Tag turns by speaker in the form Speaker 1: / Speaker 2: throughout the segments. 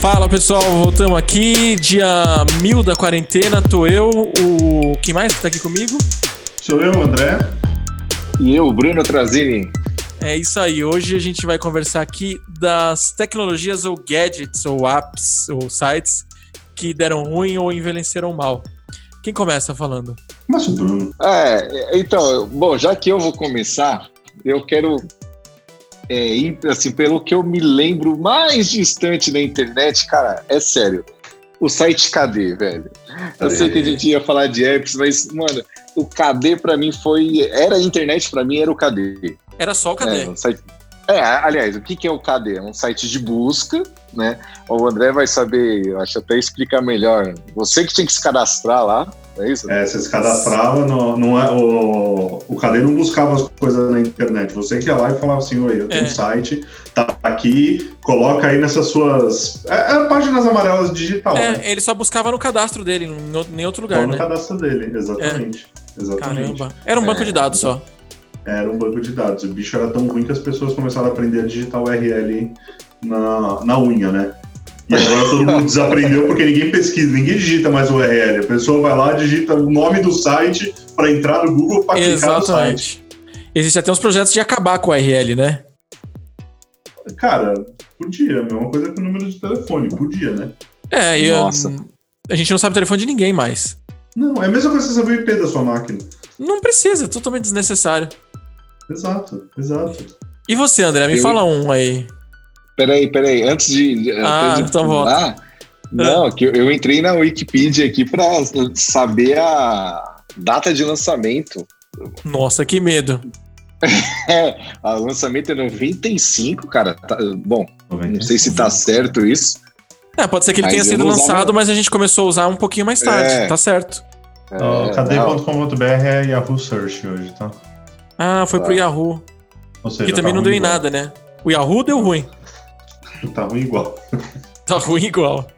Speaker 1: Fala pessoal, voltamos aqui. Dia mil da quarentena, tô eu, o. Quem mais que tá aqui comigo?
Speaker 2: Sou eu, um, André.
Speaker 3: E eu, Bruno Trazini.
Speaker 1: É isso aí. Hoje a gente vai conversar aqui das tecnologias ou gadgets, ou apps, ou sites que deram ruim ou envelheceram mal. Quem começa falando?
Speaker 2: Mas o assim, Bruno.
Speaker 3: É, então, bom, já que eu vou começar, eu quero é, in- assim, pelo que eu me lembro mais distante da internet, cara, é sério. O site KD, velho. Eu sei que a gente ia falar de apps, mas, mano, o KD pra mim foi. Era a internet, pra mim era o KD.
Speaker 1: Era só o
Speaker 3: É,
Speaker 1: caderno.
Speaker 3: um site- é, aliás, o que, que é o KD? É um site de busca, né? O André vai saber, eu acho até explicar melhor. Você que tinha que se cadastrar lá, não é isso?
Speaker 2: É, você se cadastrava, no, não é, o, o Cadê não buscava as coisas na internet. Você que ia lá e falava assim, oi, eu tenho
Speaker 1: É.
Speaker 2: um site, tá aqui, coloca aí nessas suas... É, é páginas amarelas digital, né?
Speaker 1: É, ele só buscava no cadastro dele, em outro- em outro
Speaker 2: Só
Speaker 1: lugar,
Speaker 2: no
Speaker 1: né?
Speaker 2: cadastro dele, exatamente. Exatamente.
Speaker 1: É. Caramba. Era um banco de dados só.
Speaker 2: Era um banco de dados. O bicho era tão ruim que as pessoas começaram a aprender a digitar URL na, na unha, né? E agora todo mundo desaprendeu porque ninguém pesquisa, ninguém digita mais URL. A pessoa vai lá, digita o nome do site para entrar no Google para clicar no site.
Speaker 1: Exatamente. Existem até uns projetos de acabar com o URL, né?
Speaker 2: Cara, podia. é A mesma coisa que o número de telefone, podia, né?
Speaker 1: É, e eu-
Speaker 3: Nossa.
Speaker 1: a gente não sabe o telefone de ninguém mais.
Speaker 2: Não, é a mesma coisa que você saber o IP da sua máquina.
Speaker 1: Não precisa, é totalmente desnecessário.
Speaker 2: Exato, exato.
Speaker 1: E você, André, me
Speaker 3: Eu-
Speaker 1: fala um aí.
Speaker 3: Peraí, peraí, antes de.
Speaker 1: Ah,
Speaker 3: antes de
Speaker 1: então volta.
Speaker 3: Ah, Não, que eu, eu entrei na Wikipedia aqui para saber a data de lançamento.
Speaker 1: Nossa, que medo.
Speaker 3: É, o lançamento é 95, cara. Tá- bom, não sei se tá certo isso.
Speaker 1: É, pode ser que ele
Speaker 3: Mas
Speaker 1: tenha
Speaker 3: eu
Speaker 1: sido
Speaker 3: não usava-
Speaker 1: lançado, mas a gente começou a usar um pouquinho mais tarde,
Speaker 3: É.
Speaker 1: tá certo.
Speaker 3: É,
Speaker 4: Ó,
Speaker 3: não,
Speaker 4: KD.com.br é Yahoo Search hoje, tá?
Speaker 1: Ah, foi pro
Speaker 3: Tá.
Speaker 1: Yahoo.
Speaker 4: Ou seja,
Speaker 1: Que
Speaker 4: tá
Speaker 1: também não
Speaker 4: ruim
Speaker 1: deu em
Speaker 4: igual.
Speaker 1: nada, né? O Yahoo deu ruim.
Speaker 2: Tá ruim igual.
Speaker 1: Tá ruim igual.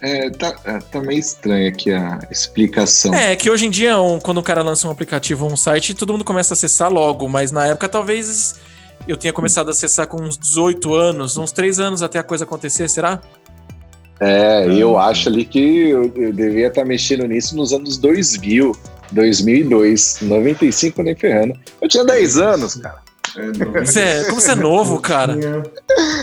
Speaker 3: é, tá, é, tá meio estranho aqui a explicação.
Speaker 1: É, que hoje em dia, um- quando o cara lança um aplicativo ou um site, todo mundo começa a acessar logo, mas na época talvez eu tenha começado a acessar com uns 18 anos, uns 3 anos até a coisa acontecer, será?
Speaker 3: É, eu acho ali que eu, eu devia estar mexendo nisso nos anos 2000, 2002, 95 nem ferrando. Eu tinha 10 anos, cara.
Speaker 1: Você é- como você é novo, cara?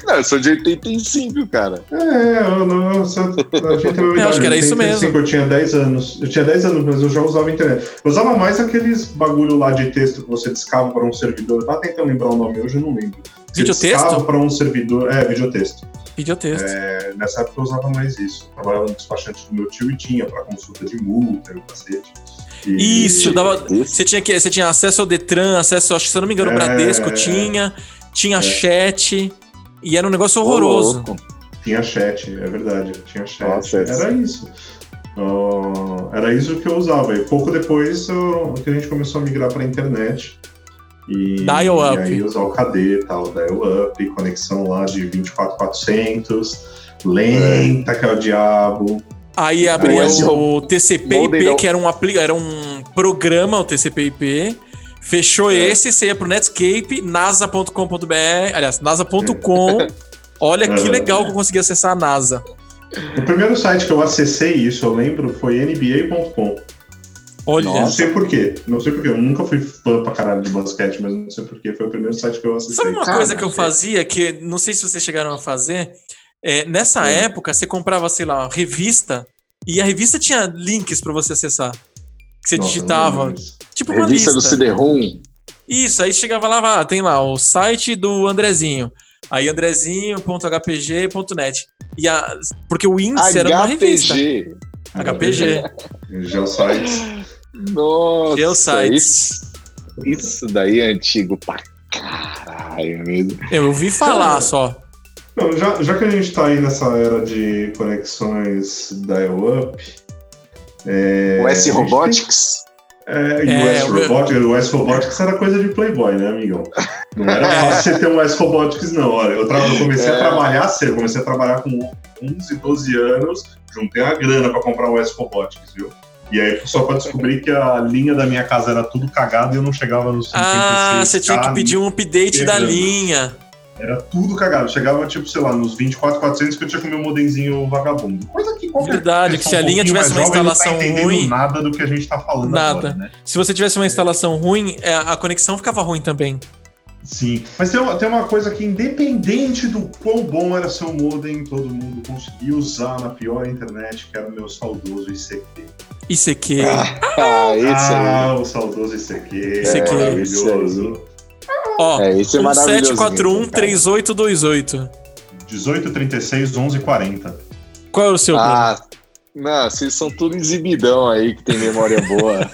Speaker 3: Não, eu sou de 85, cara.
Speaker 2: É, eu não, eu só- a gente tem uma
Speaker 1: Eu acho que era
Speaker 2: idade,
Speaker 1: isso
Speaker 2: eu tenho 35, Eu tinha 10 anos. Eu tinha 10 anos, mas eu já usava internet. Eu usava mais aqueles bagulho lá de texto que você descava para um servidor. Eu tava tentando lembrar o nome hoje, eu não lembro. Você
Speaker 1: Videotexto?
Speaker 2: Descava para um servidor. É, videotexto.
Speaker 1: Videotexto.
Speaker 2: É, nessa época eu usava mais isso. Eu trabalhava no despachante do meu tio e tinha para consulta de multa e o cacete. E-
Speaker 1: Isso, dava, você, tinha que, você tinha acesso ao Detran, acesso, acho que se eu não me engano, o
Speaker 2: É.
Speaker 1: Bradesco tinha, tinha chat, e era um negócio horroroso.
Speaker 3: É. Ô, louco.
Speaker 2: Tinha chat, é verdade, tinha chat.
Speaker 3: Nossa, é-
Speaker 2: era isso. Ó, era isso que eu usava. E pouco depois eu- que a gente começou a migrar para internet. E,
Speaker 1: Dial
Speaker 2: e
Speaker 1: up.
Speaker 2: aí usar o KD e tal, dial up, conexão lá de 24400, lenta que é o diabo.
Speaker 1: Aí abria
Speaker 3: É, Mas
Speaker 1: o, TCP/IP,
Speaker 3: Modelo.
Speaker 1: que era um, apli- era um programa, o TCP/IP. Fechou
Speaker 3: É.
Speaker 1: esse, você ia pro Netscape, nasa.com.br, aliás, nasa.com. Olha que
Speaker 2: É.
Speaker 1: legal que eu consegui acessar a NASA.
Speaker 2: O primeiro site que eu acessei isso, eu lembro, foi nba.com.
Speaker 1: Olha,
Speaker 2: Não sei porquê, não sei porquê, eu nunca fui fã pra caralho de basquete, mas não sei porquê, foi o primeiro site que eu acessei.
Speaker 1: Sabe uma
Speaker 3: Cara,
Speaker 1: coisa que eu
Speaker 3: é.
Speaker 1: fazia, que não sei se vocês chegaram a fazer? É,
Speaker 2: Hum.
Speaker 1: nessa
Speaker 3: É.
Speaker 1: época, você comprava, sei lá, uma revista, e a revista tinha links pra você acessar. Que você
Speaker 2: Nossa, não
Speaker 1: digitava.
Speaker 2: lembro disso.
Speaker 1: Tipo uma
Speaker 3: Revista do
Speaker 1: lista.
Speaker 3: CD-ROM.
Speaker 1: Isso, aí chegava lá, ah, tem lá o site do Andrezinho. Aí andrezinho.hpg.net. E a, porque o índice era uma revista.
Speaker 3: HPG.
Speaker 1: HPG.
Speaker 2: Geosites.
Speaker 3: Nossa,
Speaker 1: Geosites.
Speaker 3: Isso, isso daí é antigo pra caralho mesmo.
Speaker 1: Eu ouvi falar só.
Speaker 2: Não, Então, já, já que a gente tá aí nessa era de conexões dial-up. É,
Speaker 3: o
Speaker 2: a gente
Speaker 3: S-Robotics.
Speaker 2: tem- É, e
Speaker 1: É,
Speaker 2: o S
Speaker 1: o-
Speaker 2: Robotics, o S Robotics era coisa de Playboy, né, amigão? Não era
Speaker 1: É.
Speaker 2: fácil você ter um S Robotics, não. Olha, eu, tra- eu comecei
Speaker 3: É.
Speaker 2: a trabalhar cedo, comecei a trabalhar com 11, 12 anos, juntei a grana pra comprar o S Robotics, viu? E aí só pra descobrir que a linha da minha casa era tudo cagada e eu não chegava nos 55.
Speaker 1: Ah, você tinha que pedir um update da
Speaker 2: Beleza.
Speaker 1: linha.
Speaker 2: Era tudo cagado. Chegava, tipo, sei lá, nos 24,400 que eu tinha com meu modemzinho vagabundo. Coisa que qualquer
Speaker 1: Verdade, que se
Speaker 2: pessoa
Speaker 1: a
Speaker 2: um
Speaker 1: linha
Speaker 2: pouquinho
Speaker 1: tivesse uma
Speaker 2: mais jovem não
Speaker 1: instalação
Speaker 2: tá entendendo
Speaker 1: ruim-
Speaker 2: nada do que a gente tá falando
Speaker 1: Nada.
Speaker 2: agora, né?
Speaker 1: Se você tivesse uma instalação ruim, é, a conexão ficava ruim também.
Speaker 2: Sim. Mas tem uma, tem uma coisa que, independente do quão bom era seu modem, todo mundo conseguia usar na pior internet, que era o meu saudoso ICQ.
Speaker 1: ICQ.
Speaker 3: Ah, esse aí.
Speaker 2: ah, o saudoso ICQ.
Speaker 1: ICQ.
Speaker 2: Maravilhoso.
Speaker 1: Ó,
Speaker 3: É, esse é maravilhoso.
Speaker 1: 1741 3828.
Speaker 2: 18, 36, 11, 40.
Speaker 1: Qual é o seu? Bruno?
Speaker 3: Ah, não, vocês são tudo exibidão aí que tem memória boa.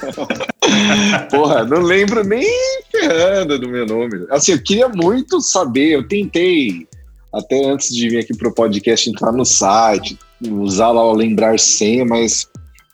Speaker 3: Porra, não lembro nem ferrando do meu número. Assim, eu queria muito saber, eu tentei, até antes de vir aqui pro podcast, entrar no site, usar lá o lembrar senha, mas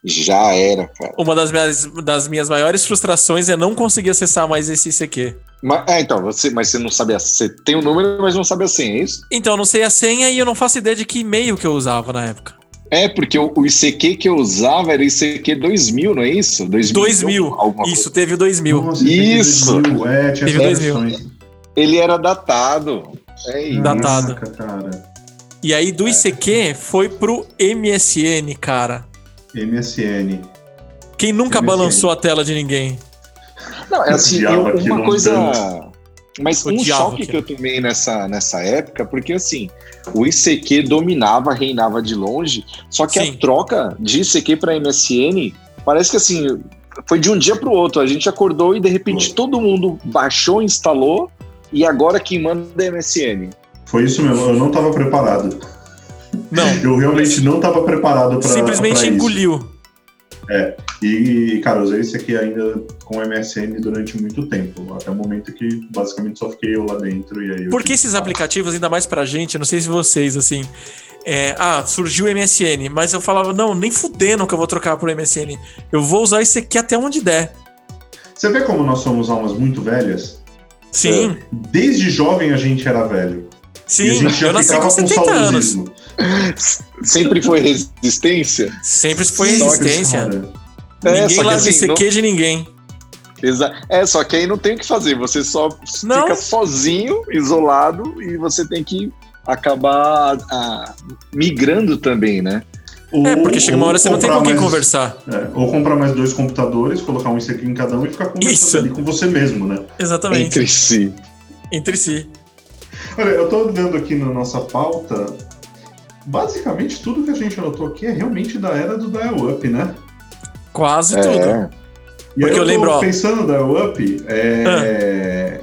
Speaker 3: já era, cara.
Speaker 1: Uma das minhas, das minhas maiores frustrações é não conseguir acessar mais esse ICQ.
Speaker 3: Mas, é, então, você, mas você não sabe, a- você tem o número, mas não sabe a senha, é isso?
Speaker 1: Então, eu não sei a senha e eu não faço ideia de que e-mail que eu usava na época.
Speaker 3: É, porque o, o ICQ que eu usava era ICQ 2000, não é isso? 2000.
Speaker 1: 2000.
Speaker 3: alguma
Speaker 1: Isso, teve o 2000.
Speaker 2: Nossa, ICQ
Speaker 3: Isso.
Speaker 2: 2000. É, tinha
Speaker 1: Teve
Speaker 2: essas
Speaker 1: 2000.
Speaker 2: versões.
Speaker 3: Ele era datado. É isso.
Speaker 1: Datado.
Speaker 2: Caraca, cara.
Speaker 1: E aí, do
Speaker 3: É.
Speaker 1: ICQ, foi pro MSN, cara.
Speaker 2: MSN.
Speaker 1: Quem nunca
Speaker 2: MSN.
Speaker 1: balançou a tela de ninguém?
Speaker 3: Não, é assim,
Speaker 2: Odiava
Speaker 3: eu-
Speaker 2: aquilo, um
Speaker 3: uma coisa. Mas um
Speaker 1: Odiava
Speaker 3: choque que
Speaker 1: aquilo.
Speaker 3: eu tomei nessa, nessa época, porque assim, o ICQ dominava, reinava de longe, só que
Speaker 1: Sim.
Speaker 3: a troca de ICQ para MSN parece que assim, foi de um dia para o outro. A gente acordou e de repente todo mundo baixou, instalou, e agora quem manda é MSN.
Speaker 2: Foi isso mesmo, eu não tava preparado.
Speaker 1: Não.
Speaker 2: Eu realmente não tava preparado pra. pra
Speaker 1: Simplesmente
Speaker 2: isso.
Speaker 1: engoliu.
Speaker 2: E, cara, usei isso aqui ainda com MSN durante muito tempo. Até o momento que basicamente só fiquei eu lá dentro e aí. eu
Speaker 1: Porque
Speaker 2: tive-
Speaker 1: esses aplicativos, ainda mais pra gente, eu não sei se vocês, assim. é, ah, surgiu o MSN, mas eu falava, não, nem fudendo que eu vou trocar pro MSN. Eu vou usar isso aqui até onde der.
Speaker 2: Você vê como nós somos almas muito velhas?
Speaker 1: Sim,
Speaker 2: Desde jovem a gente era velho. É. e a
Speaker 1: sim.
Speaker 2: gente já
Speaker 1: Eu nasci
Speaker 2: ficava
Speaker 1: com 70 anos.
Speaker 2: saudosismo.
Speaker 3: Sempre foi resistência?
Speaker 1: Sempre foi
Speaker 3: Sim,
Speaker 1: resistência.
Speaker 2: Cara,
Speaker 1: Ninguém larga
Speaker 3: assim,
Speaker 1: ICQ
Speaker 3: não-
Speaker 1: de ninguém.
Speaker 3: Exa- É, só que aí não tem o que fazer, você só
Speaker 1: Não.
Speaker 3: fica sozinho, isolado, e você tem que acabar ah, migrando também, né?
Speaker 2: ou-
Speaker 1: É, porque chega uma
Speaker 2: ou
Speaker 1: hora você não tem
Speaker 2: comprar
Speaker 1: com quem
Speaker 2: mais-
Speaker 1: conversar.
Speaker 2: é, ou comprar mais dois computadores, colocar um ICQ em cada um e ficar conversando
Speaker 1: Isso.
Speaker 2: ali com você mesmo, né?
Speaker 1: Exatamente.
Speaker 3: Entre si.
Speaker 1: Entre si.
Speaker 2: Olha, eu tô olhando aqui na nossa pauta. Basicamente, tudo que a gente anotou aqui é realmente da era do dial-up, né?
Speaker 1: Quase tudo.
Speaker 3: É.
Speaker 2: E aí
Speaker 1: Porque eu
Speaker 2: eu, tô
Speaker 1: lembro, ó-
Speaker 2: pensando no dial-up, é...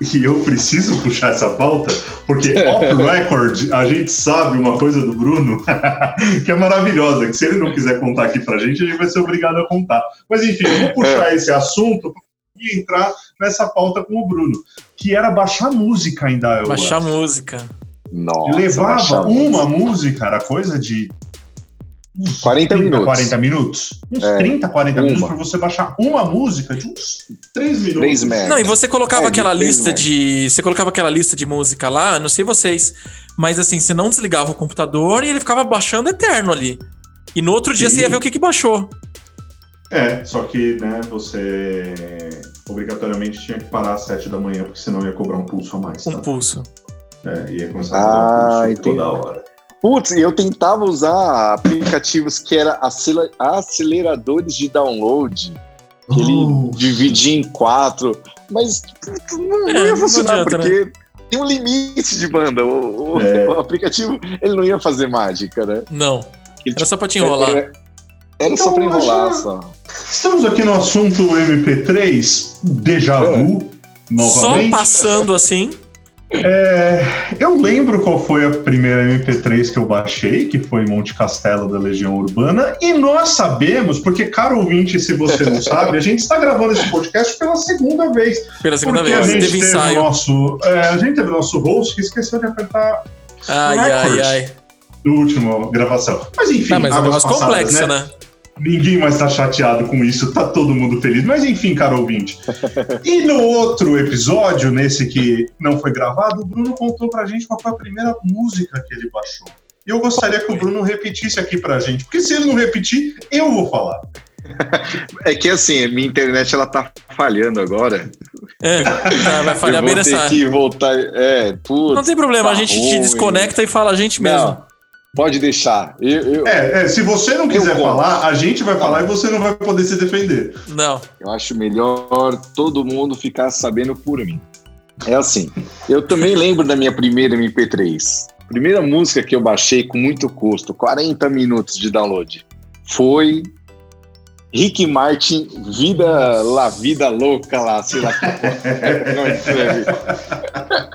Speaker 2: e eu preciso puxar essa pauta, porque off record a gente sabe uma coisa do Bruno que é maravilhosa, que se ele não quiser contar aqui pra gente, a gente vai ser obrigado a contar. Mas enfim, eu vou puxar esse assunto e entrar nessa pauta com o Bruno, que era baixar música em dial-up.
Speaker 1: Baixar música.
Speaker 3: Nossa,
Speaker 2: levava
Speaker 3: baixava.
Speaker 2: uma música, era coisa de. uns
Speaker 3: 40 minutos.
Speaker 2: 40 minutos. Uns
Speaker 3: É,
Speaker 2: 30, 40 minutos
Speaker 3: uma.
Speaker 2: pra você baixar uma música de uns 3 minutos.
Speaker 3: Três megas.
Speaker 1: Não, e você colocava
Speaker 3: É,
Speaker 1: aquela
Speaker 3: depende,
Speaker 1: lista
Speaker 3: né?
Speaker 1: de. Você colocava aquela lista de música lá, não sei vocês. Mas assim, você não desligava o computador e ele ficava baixando eterno ali. E no outro dia
Speaker 2: Sim.
Speaker 1: você ia ver o que, que baixou.
Speaker 2: É, só que, né, você obrigatoriamente tinha que parar às 7 da manhã, porque senão ia cobrar um pulso a mais.
Speaker 1: Um
Speaker 2: Tá?
Speaker 1: pulso.
Speaker 2: É, ia começar a cobrar um
Speaker 3: Ah,
Speaker 2: pulso toda
Speaker 3: entendi.
Speaker 2: hora.
Speaker 3: Putz, e eu tentava usar aplicativos que eram aceleradores de download, que ele
Speaker 2: Nossa.
Speaker 3: dividia em quatro, mas não
Speaker 1: É,
Speaker 3: ia
Speaker 1: não
Speaker 3: funcionar,
Speaker 1: adianta, né?
Speaker 3: porque tem um limite de banda. O, o-
Speaker 2: É.
Speaker 3: o aplicativo ele não ia fazer mágica, né?
Speaker 1: Não.
Speaker 3: Ele
Speaker 1: Era só pra te enrolar.
Speaker 3: Era, era só
Speaker 2: Então,
Speaker 3: pra enrolar,
Speaker 2: imagina-
Speaker 3: só.
Speaker 2: Estamos aqui no assunto MP3, déjà vu,
Speaker 1: Só
Speaker 3: É.
Speaker 1: um
Speaker 2: novamente.
Speaker 1: passando assim.
Speaker 2: É, eu lembro qual foi a primeira MP3 que eu baixei, que foi Monte Castelo da Legião Urbana, e nós sabemos, porque, caro ouvinte, se você não sabe, a gente está gravando esse podcast pela segunda vez.
Speaker 1: Pela segunda
Speaker 2: porque
Speaker 1: é vez.
Speaker 2: a gente
Speaker 1: Teve
Speaker 2: teve,
Speaker 1: ensaio.
Speaker 2: o nosso. é, a gente teve o nosso host que esqueceu de apertar
Speaker 1: Ai, ai,
Speaker 2: records.
Speaker 1: ai.
Speaker 2: no último gravação. Mas enfim,
Speaker 1: Tá, mas é um
Speaker 2: águas
Speaker 1: negócio
Speaker 2: passadas,
Speaker 1: complexo, né?
Speaker 2: Ninguém mais tá chateado com isso, tá todo mundo feliz. Mas enfim, caro ouvinte. E no outro episódio, nesse que não foi gravado, o Bruno contou pra gente qual foi a primeira música que ele baixou. E eu gostaria que o Bruno repetisse aqui pra gente, porque se ele não repetir, eu vou falar.
Speaker 3: É que assim, minha internet ela tá falhando agora.
Speaker 1: É, tá, vai falhar
Speaker 3: Eu
Speaker 1: bem
Speaker 3: vou ter
Speaker 1: nessa.
Speaker 3: que voltar. É, putz.
Speaker 1: Não tem problema, a
Speaker 3: tá
Speaker 1: gente te
Speaker 3: ruim.
Speaker 1: desconecta e fala a gente mesmo.
Speaker 3: Não, pode deixar. Eu, eu,
Speaker 2: É, é, se você não quiser
Speaker 3: conto.
Speaker 2: falar, a gente vai falar e você não vai poder se defender.
Speaker 1: Não.
Speaker 3: eu acho melhor todo mundo ficar sabendo por mim. É assim. Eu também lembro da minha primeira MP3. Primeira música que eu baixei com muito custo, 40 minutos de download, foi Rick Martin, Vida La Vida Louca lá, sei lá. Não é escreve.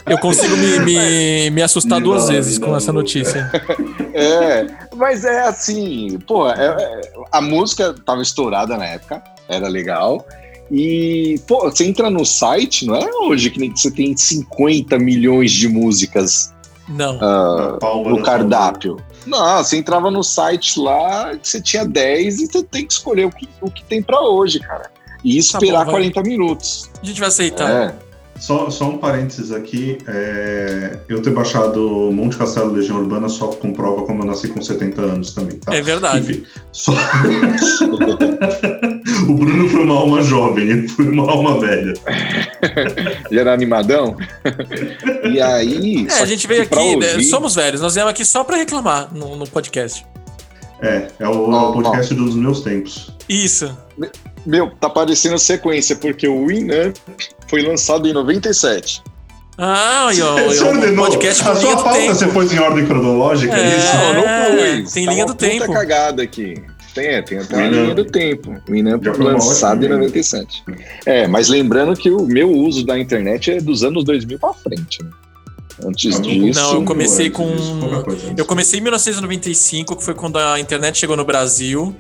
Speaker 1: Eu consigo me, me, me assustar
Speaker 2: Me
Speaker 1: duas
Speaker 2: dá,
Speaker 1: vezes
Speaker 2: me
Speaker 1: com
Speaker 2: dá
Speaker 1: essa
Speaker 2: louco.
Speaker 1: notícia.
Speaker 3: É, mas é assim, pô, é- é- a música tava estourada na época, era legal. E, pô, você entra no site, não é hoje que nem que você tem 50 milhões de músicas
Speaker 1: Não.
Speaker 3: ah,
Speaker 2: Palma da sua
Speaker 3: no
Speaker 2: mão.
Speaker 3: cardápio. Não, você entrava no site lá, você tinha 10 e você tem que escolher o que, o que tem pra hoje, cara. E
Speaker 1: Tá
Speaker 3: esperar
Speaker 1: bom, vai. Tá.
Speaker 3: 40 minutos.
Speaker 1: A gente vai aceitar.
Speaker 3: É.
Speaker 2: Só, só um parênteses aqui, é, eu ter baixado Monte Castelo Legião Urbana só comprova como eu nasci com 70 anos também, tá?
Speaker 1: É, verdade.
Speaker 2: Enfim, só- o Bruno foi uma alma jovem, ele foi uma alma velha.
Speaker 3: Ele era animadão. e aí.
Speaker 1: É,
Speaker 3: só
Speaker 1: a gente veio
Speaker 3: que pra
Speaker 1: aqui, né,
Speaker 3: ouvir-
Speaker 1: somos velhos, nós viemos aqui só pra reclamar no, no podcast.
Speaker 2: É, é o,
Speaker 3: Ó,
Speaker 2: é o podcast dos meus tempos.
Speaker 1: Isso.
Speaker 3: Meu, tá parecendo sequência, porque o Winamp foi lançado em 97.
Speaker 1: Ah, e ó,
Speaker 2: Você
Speaker 1: e ó, o
Speaker 2: ordenou?
Speaker 1: podcast com
Speaker 2: a
Speaker 1: linha
Speaker 2: sua
Speaker 1: do
Speaker 2: pauta
Speaker 1: tempo.
Speaker 2: você pôs em ordem cronológica, é,
Speaker 1: É.
Speaker 2: isso?
Speaker 3: Não, não foi.
Speaker 1: tem
Speaker 3: Tá
Speaker 1: linha
Speaker 3: uma
Speaker 1: do
Speaker 3: puta
Speaker 1: tempo.
Speaker 3: cagada aqui. Tem, tem até uma
Speaker 2: Winamp.
Speaker 3: linha do tempo. O Winamp
Speaker 2: né? Já foi uma
Speaker 3: lançado
Speaker 2: ótima
Speaker 3: em 97. É, mas lembrando que o meu uso da internet é dos anos 2000 pra frente. né? Antes
Speaker 2: Ah,
Speaker 3: disso...
Speaker 1: Não, eu comecei com-
Speaker 2: pouca coisa.
Speaker 1: Eu comecei em 1995, que foi quando a internet chegou no Brasil.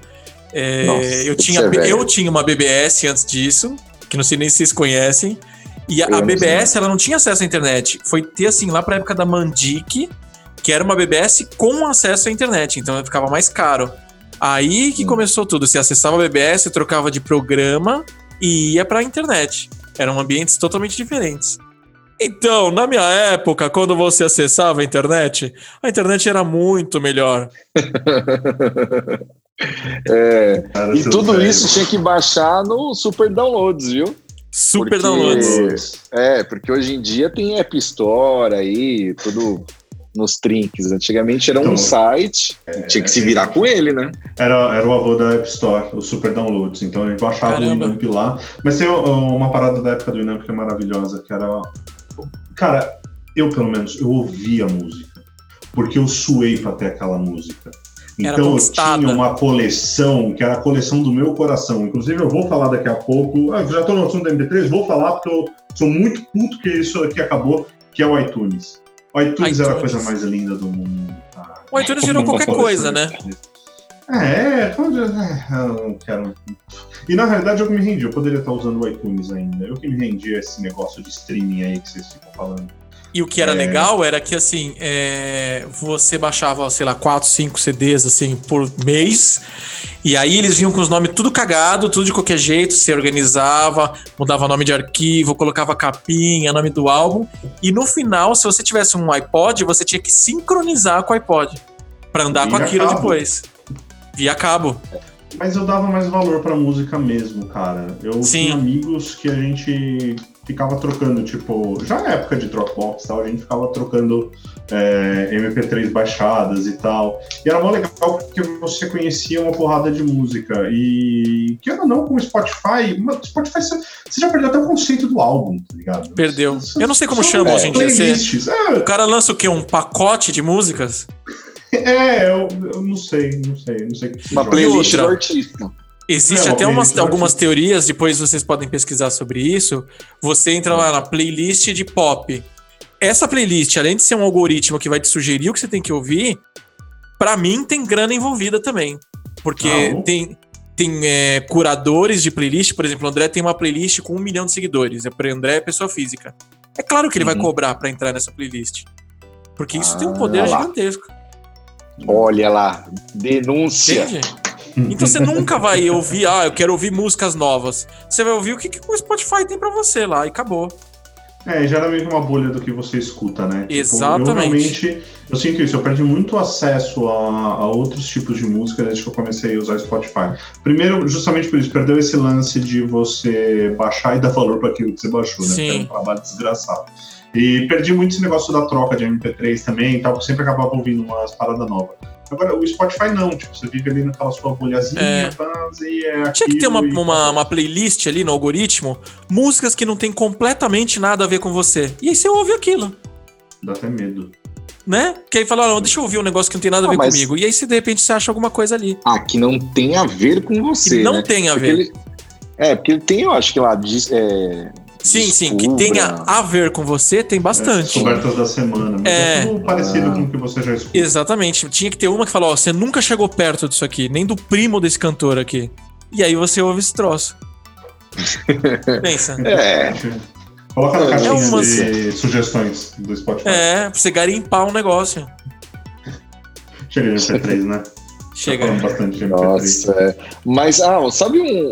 Speaker 1: É,
Speaker 3: Nossa,
Speaker 1: eu,
Speaker 3: isso
Speaker 1: tinha,
Speaker 3: é velho.
Speaker 1: eu tinha uma BBS antes disso, que não sei nem se vocês conhecem. E a,
Speaker 3: Eu
Speaker 1: a
Speaker 3: não
Speaker 1: BBS, ela não tinha acesso à internet. Foi ter, assim, lá pra época da Mandic, que era uma BBS com acesso à internet. Então ficava mais caro. Aí que
Speaker 3: Hum.
Speaker 1: começou tudo. Você acessava a BBS, trocava de programa e ia pra internet. Eram ambientes totalmente diferentes. Então, na minha época, quando você acessava a internet, a internet era muito melhor.
Speaker 3: É,
Speaker 2: Cara,
Speaker 3: e
Speaker 2: seu
Speaker 3: tudo
Speaker 2: velho.
Speaker 3: isso tinha que baixar no Super Downloads, viu?
Speaker 1: Super
Speaker 3: Porque-
Speaker 1: downloads.
Speaker 3: É, porque hoje em dia tem App Store aí, tudo nos trinques. Antigamente era um
Speaker 2: Então,
Speaker 3: site, tinha que se virar com ele, né?
Speaker 2: Era, era o avô da App Store, o Super Downloads. Então ele baixava
Speaker 1: Caramba.
Speaker 2: o Winamp lá. Mas tem ó, uma parada da época do Winamp que é maravilhosa, que era. Cara, eu pelo menos, eu ouvia a música. Porque eu suei pra ter aquela música.
Speaker 1: Era
Speaker 2: Então eu
Speaker 1: conquistada.
Speaker 2: tinha uma coleção, que era a coleção do meu coração. Inclusive, eu vou falar daqui a pouco. Ah, já tô no assunto da MP3, vou falar, porque eu sou muito puto que isso aqui acabou, que é o iTunes. O iTunes, era a
Speaker 1: iTunes.
Speaker 2: coisa mais linda do mundo. cara.
Speaker 1: O iTunes virou
Speaker 2: Como uma
Speaker 1: qualquer coisa,
Speaker 2: coleção.
Speaker 1: né?
Speaker 2: É, pode... é, eu não quero. E na realidade eu me rendi, eu poderia estar usando o iTunes ainda. Eu que me rendi a esse negócio de streaming aí que vocês ficam falando.
Speaker 1: E o que era
Speaker 2: É.
Speaker 1: legal era que, assim, é, você baixava, sei lá, 4, 5 CDs, assim, por mês. E aí eles vinham com os nomes tudo cagado, tudo de qualquer jeito. Se organizava, mudava nome de arquivo, colocava capinha, nome do álbum. E no final, se você tivesse um iPod, você tinha que sincronizar com o iPod. Pra andar com
Speaker 2: Via
Speaker 1: aquilo
Speaker 2: cabo.
Speaker 1: depois. Via cabo.
Speaker 2: Mas eu dava mais valor pra música mesmo, cara. Eu
Speaker 1: Sim.
Speaker 2: tinha amigos que a gente ficava trocando, tipo, já na época de Dropbox e tal, a gente ficava trocando é, MP3 baixadas e tal. E era mó legal porque você conhecia uma porrada de música. E que ou não, com o Spotify, uma- Spotify você você já perdeu até o conceito do álbum, tá ligado?
Speaker 1: Perdeu.
Speaker 2: São-
Speaker 1: Eu não sei como
Speaker 2: são
Speaker 1: chama hoje em dia. Você-
Speaker 2: é, Playlists.
Speaker 1: O cara lança o quê? Um pacote de músicas?
Speaker 2: É, é eu, eu não sei, não sei, não sei. o que se
Speaker 3: Uma
Speaker 2: chama.
Speaker 3: playlist
Speaker 1: outra?
Speaker 3: do artista.
Speaker 1: Existe
Speaker 2: É,
Speaker 1: até
Speaker 2: uma
Speaker 1: umas-
Speaker 2: playlist,
Speaker 1: algumas teorias, depois vocês podem pesquisar sobre isso. Você entra lá na playlist de pop. Essa playlist, além de ser um algoritmo que vai te sugerir o que você tem que ouvir, pra mim tem grana envolvida também. Porque
Speaker 2: Ah,
Speaker 3: oh.
Speaker 2: bom.
Speaker 1: tem, tem é, curadores de playlist, por exemplo, o André tem uma playlist com um milhão de seguidores. É pra André é pessoa física. É claro que ele vai
Speaker 3: Uhum.
Speaker 1: cobrar pra entrar nessa playlist. Porque isso tem um
Speaker 3: Ah,
Speaker 1: poder
Speaker 3: lá.
Speaker 1: gigantesco.
Speaker 3: Olha lá, denúncia.
Speaker 1: Entende? Então você nunca vai ouvir, ah, eu quero ouvir músicas novas. Você vai ouvir o que, que o Spotify tem pra você lá e acabou.
Speaker 2: É, geralmente uma bolha do que você escuta, né? Tipo, eu
Speaker 1: Exatamente.
Speaker 2: realmente, eu sinto isso, eu perdi muito acesso a, a outros tipos de música desde que eu comecei a usar Spotify. Primeiro, justamente por isso, perdeu esse lance de você baixar e dar valor para aquilo que você baixou, né?
Speaker 1: Sim.
Speaker 2: Porque é um trabalho desgraçado. E perdi muito esse negócio da troca de MP3 também e tal, porque eu sempre acabava ouvindo umas paradas novas. Agora, o Spotify não, tipo, você vive ali naquela sua bolhazinha,
Speaker 1: É.
Speaker 2: faz e é
Speaker 1: Tinha que ter uma,
Speaker 2: aquilo e-
Speaker 1: uma, uma playlist ali no algoritmo, músicas que não tem completamente nada a ver com você. E aí você ouve aquilo,
Speaker 2: Dá até medo.
Speaker 1: né? Que aí fala, "Ah, não, deixa eu ouvir um negócio que não tem nada a
Speaker 3: Ah,
Speaker 1: ver
Speaker 3: mas-
Speaker 1: comigo. E aí você, de repente você acha alguma coisa ali.
Speaker 3: Ah, que não tem a ver com
Speaker 1: Que
Speaker 3: você.
Speaker 1: não
Speaker 3: né?
Speaker 1: tem a
Speaker 3: Porque
Speaker 1: ver.
Speaker 3: ele- é, porque ele tem, eu acho que lá. diz- é,
Speaker 1: Sim, sim, que
Speaker 3: descubra.
Speaker 1: tenha a ver com você,
Speaker 3: É,
Speaker 1: tem bastante.
Speaker 2: Descobertas da semana. Mas
Speaker 1: É.
Speaker 2: é, tudo parecido
Speaker 3: Ah.
Speaker 2: com o que você já escuta.
Speaker 1: Exatamente. Tinha que ter uma que fala, ó, você nunca chegou perto disso aqui, nem do primo desse cantor aqui. E aí você ouve esse troço. Pensa.
Speaker 3: É,
Speaker 2: Coloca na
Speaker 3: É
Speaker 2: caixinha
Speaker 1: uma-
Speaker 2: de sugestões do Spotify.
Speaker 1: É, pra você garimpar um negócio.
Speaker 2: Chega de MP3, né? Tá
Speaker 1: Chega.
Speaker 2: falando bastante de MP3.
Speaker 3: nossa. é. Mas, ah, sabe um,